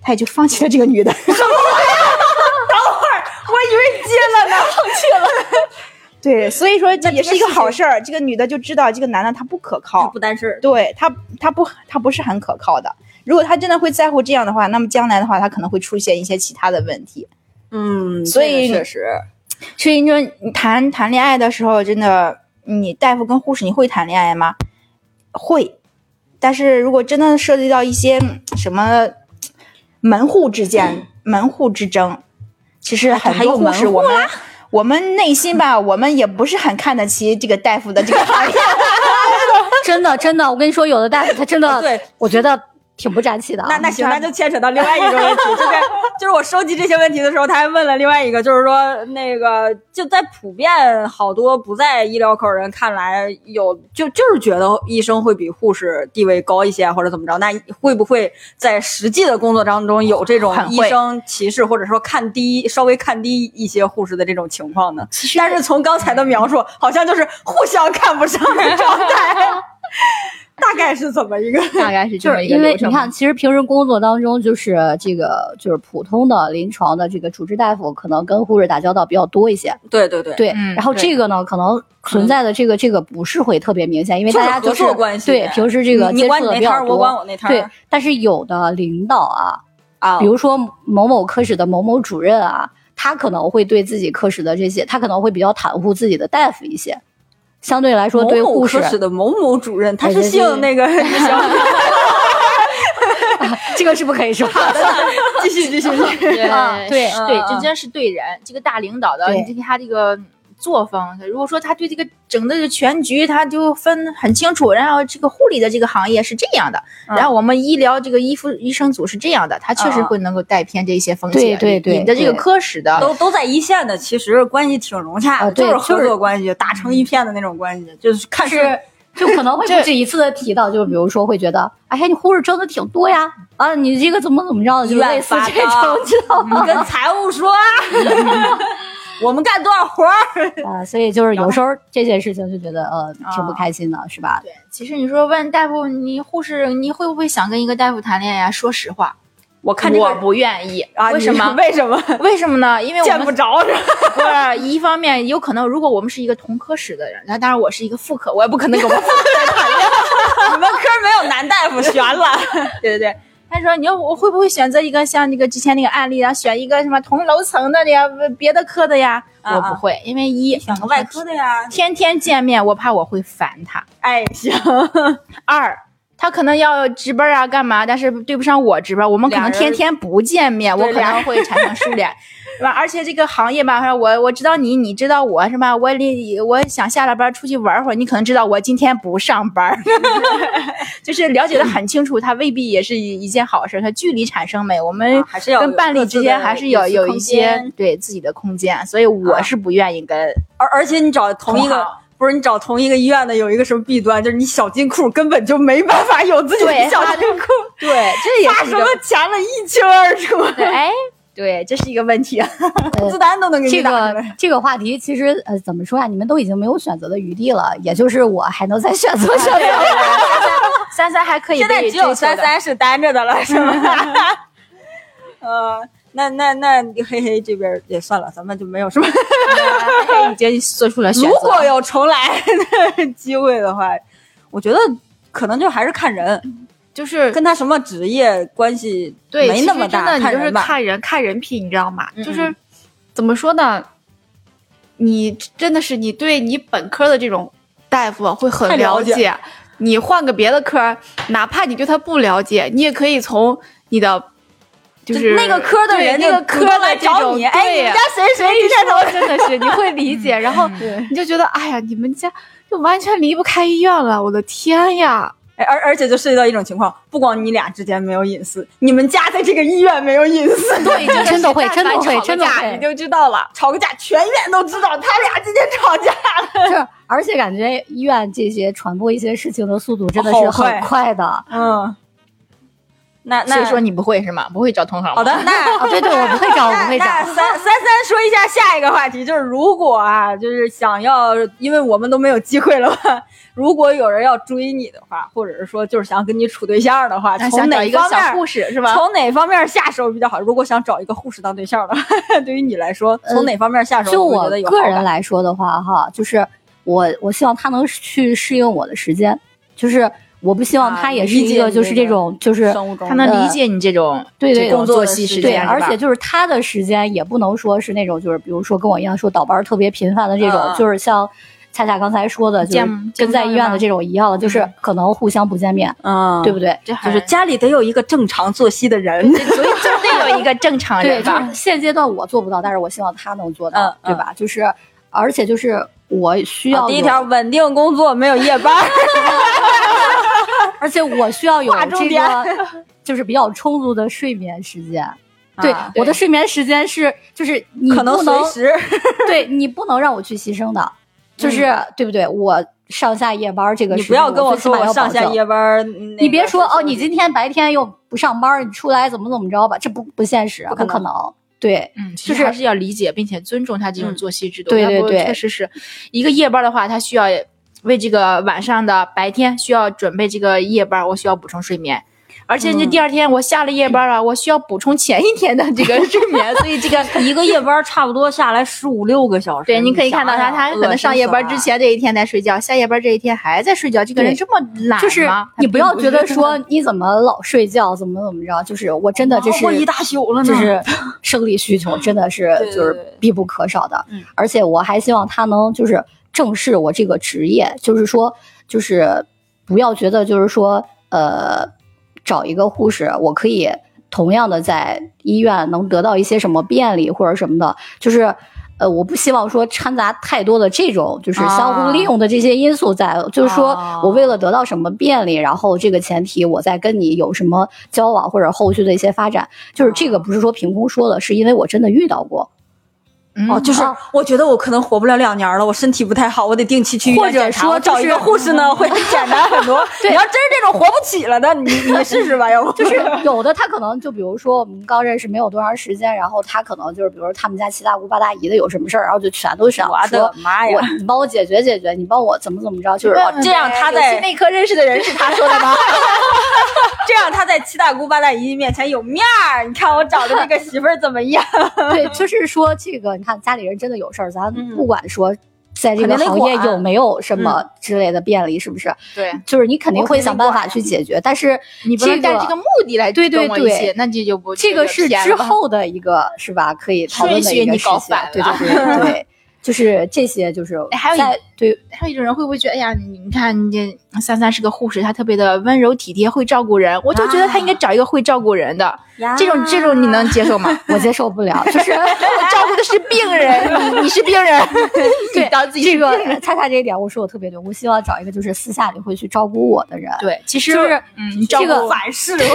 他也就放弃了这个女的。 [LAUGHS] 我以为接了呢。 [LAUGHS] 对，所以说这也是一个好事儿。这个女的就知道这个男的他不可靠，不担事，对他他不他不是很可靠的。如果他真的会在乎这样的话，那么将来的话，他可能会出现一些其他的问题。嗯，所以这个确实，所以你说你谈谈恋爱的时候，真的你大夫跟护士你会谈恋爱吗？会，但是如果真的涉及到一些嗯什么门户之间、门户之争，其实很还有多护士门户我们我们内心吧，我们也不是很看得起这个大夫的这个 [LAUGHS] 行业。真的真的，我跟你说，有的大夫他真的，啊对，我觉得挺不争气的啊。哦那那行，那就牵扯到另外一个问题， [LAUGHS] 就是就是我收集这些问题的时候，他还问了另外一个，就是说那个就在普遍好多不在医疗口人看来有就就是觉得医生会比护士地位高一些或者怎么着，那会不会在实际的工作当中有这种很医会生歧视或者说看低稍微看低一些护士的这种情况呢？其实但是从刚才的描述，好像就是互相看不上的状 [LAUGHS] 态，大概是怎么一个？大概是这就么是一个因为流你程。看，其实平时工作当中，就是这个就是普通的临床的这个主治大夫，可能跟护士打交道比较多一些。对对对，对，嗯然后对这个呢，可能存在的这个这个不是会特别明显，因为就大是家就是合作关系对平时这个你你接触管你的那比摊较儿，我管多。我那摊儿对，但是有的领导啊，啊比如说某某科室的某某主任啊，他可能会对自己科室的这些，他可能会比较袒护自己的大夫一些，相对来说对某某护士科室的某某主任，他是哎 [LAUGHS] 对对 [LAUGHS] 对姓那个什么这个是不可以 [LAUGHS] 说的。继续继续继续，啊对嗯对，嗯这真是对人，这个大领导的，对你看他这个作风，如果说他对这个整个的全局，他就分很清楚，然后这个护理的这个行业是这样的，嗯然后我们医疗这个医护医生组是这样的，他确实会能够带偏这些风对险，嗯对对你的这个对科室的。都都在一线的，其实关系挺融洽的，啊对就是合就是作关系，打成一片的那种关系，就是看是，就可能会不止一次的提到，就比如说会觉得，哎呀，你护士挣的挺多呀，啊，你这个怎么怎么着的，就类似这乱发的种，知道你 [LAUGHS] 跟财务说 [LAUGHS] 啊，我们干多少活儿， [LAUGHS] 吗？啊，所以就是有时候这件事情就觉得呃挺啊不开心的，是吧？其实你说问大夫，你护士，你会不会想跟一个大夫谈恋爱呀？说实话，我看这我个不愿意。啊，为你什么 [LAUGHS] ？为什么 [LAUGHS] 为什么呢？因为我见们不着是吧？ [LAUGHS] 不是，一方面有可能，如果我们是一个同科室的人，那当然我是一个副科，我也不可能跟我们 [LAUGHS] 你们科没有男大夫，悬了。对对对。他说：“你要我会不会选择一个像那个之前那个案例，啊然后选一个什么同楼层的呀，别的科的呀？啊我啊不会，因为一选个外科的呀，天天见面，我怕我会烦他。哎，行，二，他可能要值班啊，干嘛？但是对不上我值班，我们可俩能人天天不见面，我对可俩能会产生疏远， [LAUGHS] 是吧？而且这个行业吧，我我知道你，你知道我是吧？我离我想下了班出去玩会儿，你可能知道我今天不上班儿， [LAUGHS] 就是了解的很清楚，它未必也是一一件好事，它距离产生美，我哎们、啊还是要有跟伴侣之间还是有各自的有一隐私些空间啊对自己的空间，所以我是不愿意跟而而且你找同一同个行。不是你找同一个医院的有一个什么弊端，就是你小金库根本就没办法有自己的对小花金库，对，这也花是一什个么钱了一清二楚，对哎。对，这是一个问题啊。呃子弹都能给这你打出个来。这个话题其实呃怎么说呀？你们都已经没有选择的余地了，也就是我还能再选 [LAUGHS] 择选择。三三还可以现在被只有追求的 [LAUGHS] 三三是单着的了，是吗？ [LAUGHS] 呃，那那那嘿嘿，这边也算了，咱们就没有什 [LAUGHS] 么。他哎已经做出了选择。如果有重来的机会的话，我觉得可能就还是看人， [LAUGHS] 就是跟他什么职业关系对，没其那实么大，真的，你就是人吧。看人看人品，你知道吗？嗯就是怎么说呢？你真的是你对你本科的这种大夫啊会很太了解，解你换个别的科，哪怕你对他不了解，你也可以从你的。就是那个科的对人那个科主动来的这找种你，哎，对你呀们家谁 [LAUGHS] 谁谁这头真的是你会理嗯解，然后你就觉得，哎呀，你们家就完全离不开医院了，我的天呀！哎，而而且就涉及到一种情况，不光你俩之间没有隐私，你们家在这个医院没有隐私， [LAUGHS] 对，真的会真的但凡会吵个真的架会你就知道了。吵个架全院都知道他俩今天吵架。 [LAUGHS] 就是，而且感觉医院这些传播一些事情的速度真的是好快很快的。嗯，那所那以说你不会是吗？不会找同行。好的，， [LAUGHS] 那哦啊，对对，我不会找，我不会找。那三三三说一下下一个话题，就是如果啊，就是想要，因为我们都没有机会了吧？如果有人要追你的话，或者是说就是想跟你处对象的话，那从想找哪一个方小面护士是吧？从哪方面下手比较好？如果想找一个护士当对象的话， [LAUGHS] 对于你来说，呃从哪方面下手？就我我觉得有个好人感来说的话，哈，就是我我希望他能去适应我的时间，就是我不希望啊他也理是一解个你就是这这个种就是生物钟他能呃理解你这种对对这种工作作的息时时间对，间是吧，而且就是他的时间也不能说是那种就是比如说跟我一样说倒班儿特别频繁的这种，嗯嗯就是像恰恰刚才说的，就见是见跟不在到医是院吧的这种一样的，就是可能互相不见面，嗯，对不对？这就还是家里得有一个正常作息的人。所以就得有一个正常对，人就吧。是现阶段我做不到，但是我希望他能做到，嗯对吧？就是而且就是我需要好第一有条，稳定工作，没有夜 [LAUGHS] 班。而且我需要 [LAUGHS] 有划重这点个， [LAUGHS] 就是比较充足的睡眠时间。对，啊我的睡眠时间是，就是你可能不随时对你不能让我去牺牲的， [LAUGHS] 就是、对不对？我上下夜班这个嗯你时间，不要跟我最起说码要我上下保证夜班儿，你别 [LAUGHS] 说哦，那个你今天白天又不上班，你出来怎么怎么着吧？这不不现实，啊不不可能对，嗯，其就实还是是要理解并且尊重他这种嗯作息制度。对要对不对确实是一个夜班的话，他需要为这个晚上的白天需要准备这个夜班，我需要补充睡眠。而且嗯这第二天我下了夜班了，我需要补充前一天的这个睡眠，所以这个一个夜班儿差不多下来十五六个小时。对，你可以想哎看到他，想他可能上夜班之。前这一天在睡觉，下夜班这一天还在睡觉，这个对人这么懒吗？就是他你不要并觉得是说你怎么老睡觉，怎么怎么着，就是我真的这是熬啊哦过一大宿了呢就是生理需求真的是对对就是对必不可少的嗯。而且我还希望他能就是正视我这个职业，就是说就是不要觉得就是说呃找一个护士，我可以同样的在医院能得到一些什么便利或者什么的，就是。呃，我不希望说掺杂太多的这种就是相互利用的这些因素在，就是说哦我为了得到什么便利，然后这个前提我再跟你有什么交往或者后续的一些发展，就是这个不是说凭空说的，是因为我真的遇到过，哦，嗯就是我觉得我可能活不了两年了，我身体不太好，我得定期去医或院者检查。说我找一就是个护 [LAUGHS] 士呢，会简单很多。你要真是这种活不起了的，你你试试吧，要不就是 [LAUGHS] 有的他可能就比如说我们刚认识没有多长时间，然后他可能就是比如说他们家七大姑八大姨的有什么事儿，然后就全都想我说的。妈我呀！啊你帮我解决解决，你帮我怎么怎么着，就是这样他在在内科认识的人是他 [LAUGHS] 说的吗？这样他在七大姑八大姨面前有面儿。你看我找的这个媳妇儿怎么 [LAUGHS] 样？对，就是说这个，你看家里人真的有事儿，咱嗯不管说在这肯个定得行业管有没有什么之类的便利，是不是？嗯对，就是你肯定我会肯定想办管法去解决，但是 [LAUGHS] 你不能带这个目的来对对跟我一起对那这就不这个是偏之了后的一个是吧？可以讨论的顺一序个你事搞情反，对了对对对，就是这些，就是哎还有一在对还有一种人会不会觉得，哎呀，你你看这三三是个护士，她特别的温柔体贴，会照顾人，我就觉得她啊应该找一个会照顾人的。这种这 [LAUGHS] 种你能接 [LAUGHS] 受吗？我接受不了，就是我照顾的是病人，你你是病人， [LAUGHS] 对你当 [LAUGHS] 自己这是病人个恰恰这一点，我说我特别对，我希望找一个就是私下里会去照顾我的人。对，其实就是嗯，你照这顾个反噬对，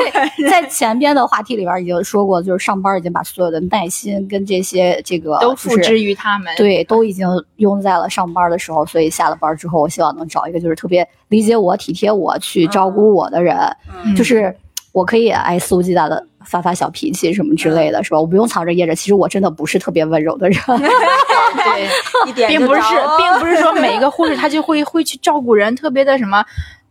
[LAUGHS] 在前边的话题里边已经说过，就是上班已经把所有的耐心跟这些这个都就付是之于他们。对，都已经用在了上班的时候，所以下了班之后，我希望能找一个就是特别理解我、体贴我、去照顾我的人，嗯，就是我可以哎肆无忌惮的发发小脾气什么之类的，是吧？我不用藏着掖着，其实我真的不是特别温柔的人，对，一点并就不是着哦，并不是 [LAUGHS] 说每一个护士她就会会去照顾人，特别的什么，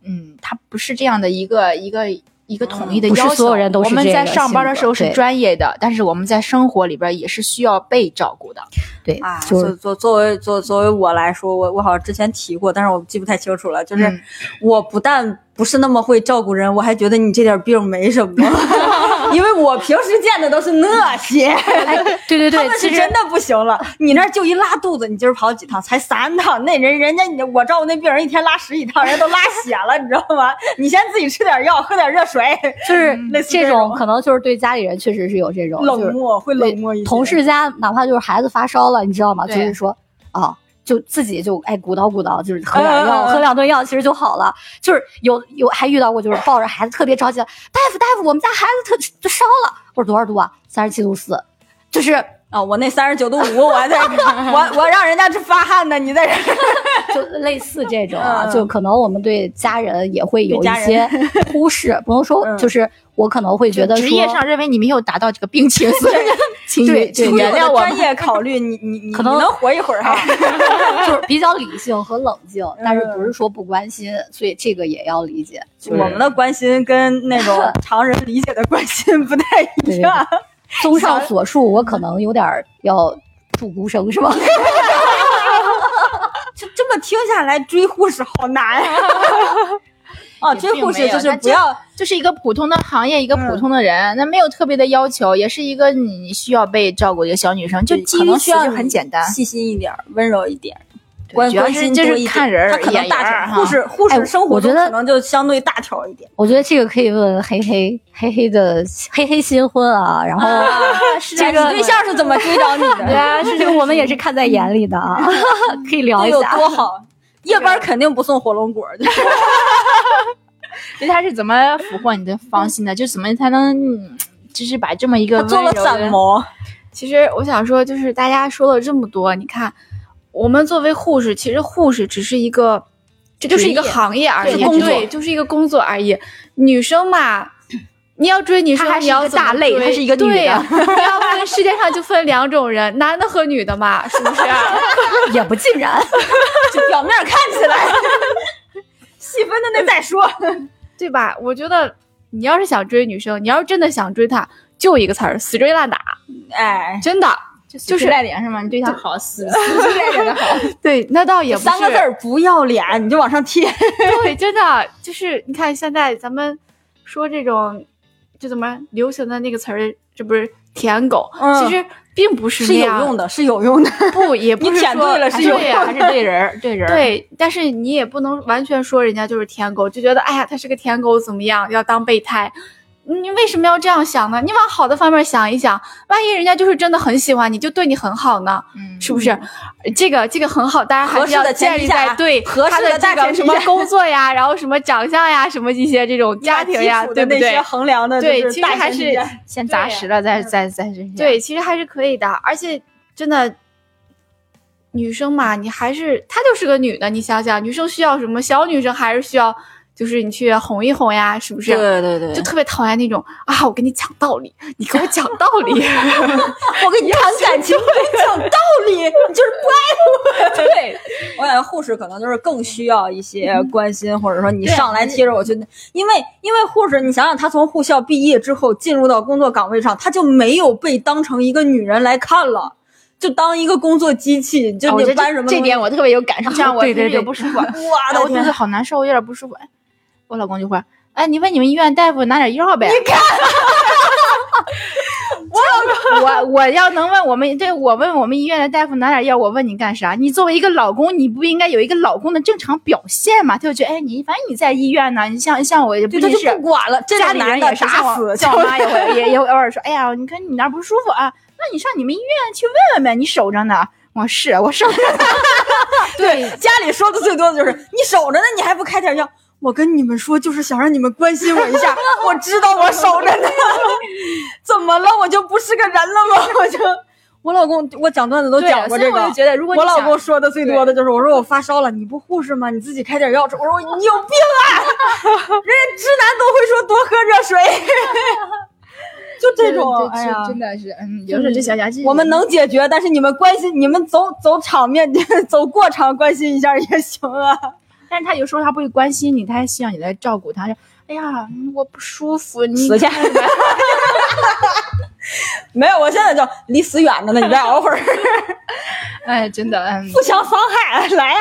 嗯，她不是这样的一个一个。一个统一的嗯不要是求，所有人都是我们这在个上班性的格时候是对专业的，但是我们在生活里边也是需要被照顾的。对，啊，就作是作作为作作为我来说，我我好像之前提过，但是我记不太清楚了。就嗯是我不但不是那么会照顾人，我还觉得你这点病没 [LAUGHS] 什么，因为我平时见的都是那些，对对他对，们其是实真的不行了。你那儿就一拉肚子，你今儿跑几趟，才三趟，那人人家你我照顾那病人一天拉十几趟，人家都拉血了，你知道吗？你先自己吃点药，喝点热水， [LAUGHS] 就是类似嗯这这种种可能就是对家里人确实是有这种就是冷漠会对冷漠一些。同事家哪怕就是孩子发烧了，你知道吗？就对是说啊。就自己就哎鼓捣鼓捣，就是喝点药，嗯嗯嗯喝两顿药其实就好了。就是有有还遇到过，就是抱着孩子特别着急，大夫大夫，我们家孩子特就烧了，我说多少度啊？三十七度四，就是啊、我那三十九度五，我还在， [LAUGHS] 我我让人家这发汗呢，你在这儿。就类似这种啊，嗯嗯就可能我们对家人也会有对一家些 [LAUGHS] 忽视，不能说嗯就是我可能会觉得职业说 [LAUGHS] 上认为你没有达到这个病情， [LAUGHS] 所以请对原请出于原我谅的我专们。业考虑，你你你可能你能活一会儿啊 [LAUGHS] 哈、 [LAUGHS] 就是比较理性和冷静，但是嗯不是说不关心，所以这个也要理解。就我们的关心跟那 [LAUGHS] 种常人理解的关心不太一样。综上所述，我可能有点儿要注孤生是吗？这这么听下来，追护士好 [LAUGHS] 难啊！哦，也追护士就并没是有不要就是一个普通的行业，一个嗯普通的人，那没有特别的要求，也是一个你需要被照顾的一个小女生，就对基可于能此需要就很你简单。细心一点儿，温柔一点儿。对关主要关是心就多是一点看人儿他可能眼缘大儿条，哈护士护哎士生我活觉中得可能就相对大条一点。 [LAUGHS] 我觉得这个可以问黑黑黑黑的黑黑新婚啊，然后 [LAUGHS] 是啊这个对象是怎么追着你 [LAUGHS] [LAUGHS] 对的？ [LAUGHS] 啊，这个我们也是看在眼里的啊， [LAUGHS] 可以聊这一有下。多好？夜班肯定不送火龙果儿，就是对他是怎么俘获你的芳心的，就怎么才能嗯就是把这么一个他 [LAUGHS] 做了温柔的散毛。其实我想说，就是大家说了这么多，你看，我们作为护士，其实护士只是一个，这就是一个行业而对已，也工作对，就是一个工作而已。女生嘛，你要追女生，她还是你要一个大类怎么追她是一个女的对呀你要分世界上就分两种人，男的和女的嘛，是不是？啊也不尽然，就表面看起来，细分的那再说。 [LAUGHS] 对吧？我觉得你要是想追女生，你要是真的想追她，就一个词儿，死追烂打，哎，真的。就就是是赖脸是吗？你对他好死死皮赖脸的好，对，那倒也不是三个字儿不要脸，你就 [LAUGHS] 往上贴。对，真的就是你看现在咱们说这种就怎么流行的那个词儿，这不是舔狗，嗯其实并不是是那有样用，的，是有用的。不也不 [LAUGHS] 你是舔说对了还是是有对呀，还是对人儿，对人儿。对，但是你也不能完全说人家就是舔狗，就觉得哎呀，他是个舔狗怎么样，要当备胎。你为什么要这样想呢？你往好的方面想一想，万一人家就是真的很喜欢你，就对你很好呢，嗯，是不是？这个这个很好，当然还合是适要的前建提立下在对合他适的的大这个前提什么下工作呀，然后什么长相呀，什么一些这种家庭呀，基础对的不那对些？衡量的，对就是其实大还前提是下先砸对呀嗯实了，再再再这些。对，其实还是可以的，而且真的，女生嘛，你还是她就是个女的，你想想，女生需要什么？小女生还是需要，就是你去哄一哄呀，是不是？对对对，就特别讨厌那种啊，我跟你讲道理，你给我讲道 [LAUGHS] 理，我跟你谈感 [LAUGHS] 情，跟你讲道理，你就是 [LAUGHS] 对，我感觉护士可能就是更需要一些关心，或者说你上来贴着我去，因为因为护士，你想想，她从护校毕业之后进入到工作岗位上，她就没有被当成一个女人来看了，就当一个工作机器，啊就我你觉得搬什么这东西啊点我特别有感受， [LAUGHS] 像我对对最近对就不舒服，哇啊，的我肚天子，好难受，我有点不舒服。我老公就会，哎，你问你们医院大夫拿点药呗。你看，我我我要能问我们，对我问我们医院的大夫拿点药，我问你干啥？你作为一个老公，你不应该有一个老公的正常表现吗？他就觉得，哎，你反正你在医院呢，你像像我也不对，她仅就是不管了，这家个里男人的也是，打像我死像我就妈也 [LAUGHS] 会也也偶尔说，哎呀，你看你哪儿不舒服啊？那你上你们医院去问问呗，你守着呢。我是啊我守着呢，对，家里说的最多的就是你守着呢，你还不开点药。我跟你们说，就是想让你们关心我一 [LAUGHS] 下。我知道我守着呢， [LAUGHS] 怎么了？我就不是个人了 [LAUGHS] 吗？我就我老公，我讲段子都对讲过所以这个我就。觉得，如果你我老想公说的最多的就是我说我发烧了，你不护士吗？你自己开点药吃。我说你有病啊！ [LAUGHS] 人家直男都会说多喝热 [LAUGHS] 水，就这种。哎呀，真的是，嗯，有时候就想想，这我们能解决，但是你们关心，你们走走场面， [LAUGHS] 走过场关心一下也行啊。但是他有时候他不会关心你，他还希望你来照顾他。说哎呀，嗯我不舒服，你死去 [LAUGHS] 没有，我现在就离死远着呢， [LAUGHS] 你再熬会儿，哎，真的，嗯，不想伤害，来呀、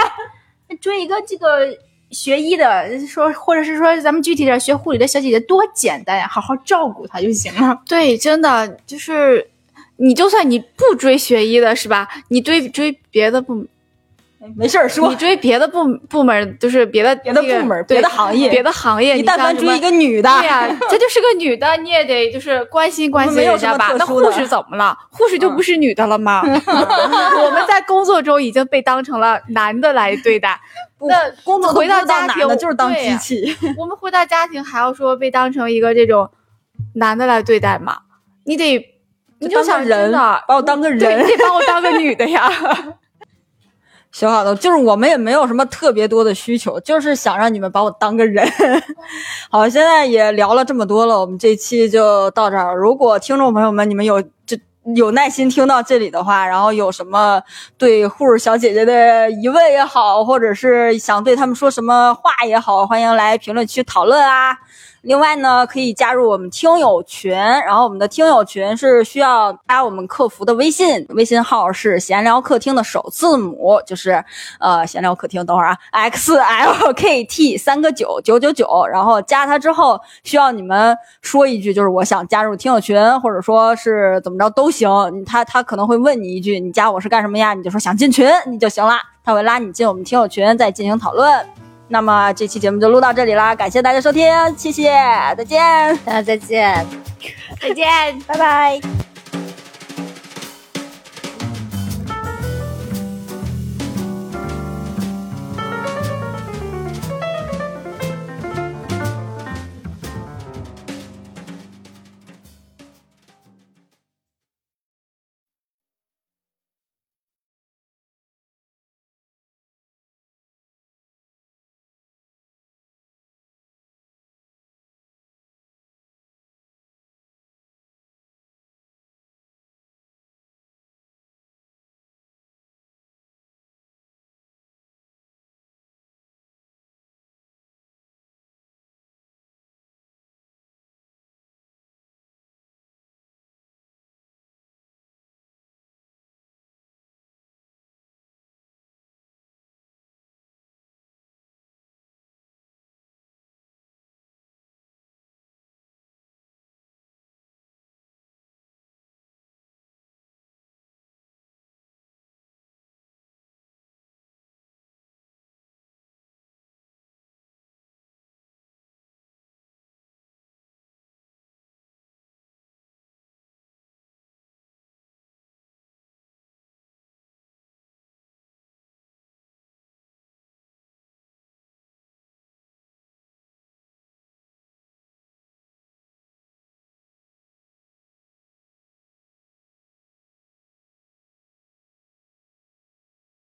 追一个这个学医的，说或者是说咱们具体点，学护理的小姐姐多简单呀，好好照顾她就行了。对，真的就是，你就算你不追学医的是吧？你追追别的部，没事儿说你，追别的部部门，就是别的别的这个部门，对别的行业，别的行业，你但像凡什追么一个女的，对呀、 [LAUGHS] 这就是个女的，你也得就是关心关心没有人什家么吧特。那殊的嗯护士怎么了？护士就不是女的 [LAUGHS] 了吗？我们在工作中已经被当成了男的来 [LAUGHS] 对待，不那工作都回到不知道家哪儿庭呢就是当对机呀器，我们回到家庭还要说被当成一个这种男的来对待吗？你得，你就当个想人，真的把我当个对，人你。得把我当个女的呀。小好的，就是我们也没有什么特别多的需求，就是想让你们把我当个人。 [LAUGHS] 好，现在也聊了这么多了，我们这期就到这儿。如果听众朋友们你们有这有耐心听到这里的话，然后有什么对护士小姐姐的疑问也好，或者是想对他们说什么话也好，欢迎来评论区讨论啊。另外呢，可以加入我们听友群，然后我们的听友群是需要加我们客服的微信，微信号是闲聊客厅的首字母，就是呃闲聊客厅。等会儿啊，X [LAUGHS] L K T 三个九九九九，然后加他之后需要你们说一句，就是我想加入听友群，或者说是怎么着都行。你他他可能会问你一句，你加我是干什么呀？你就说想进群，你就行了，他会拉你进我们听友群，再进行讨论。那么这期节目就录到这里啦，感谢大家收听，谢谢，再见。大家再见。再见。拜拜。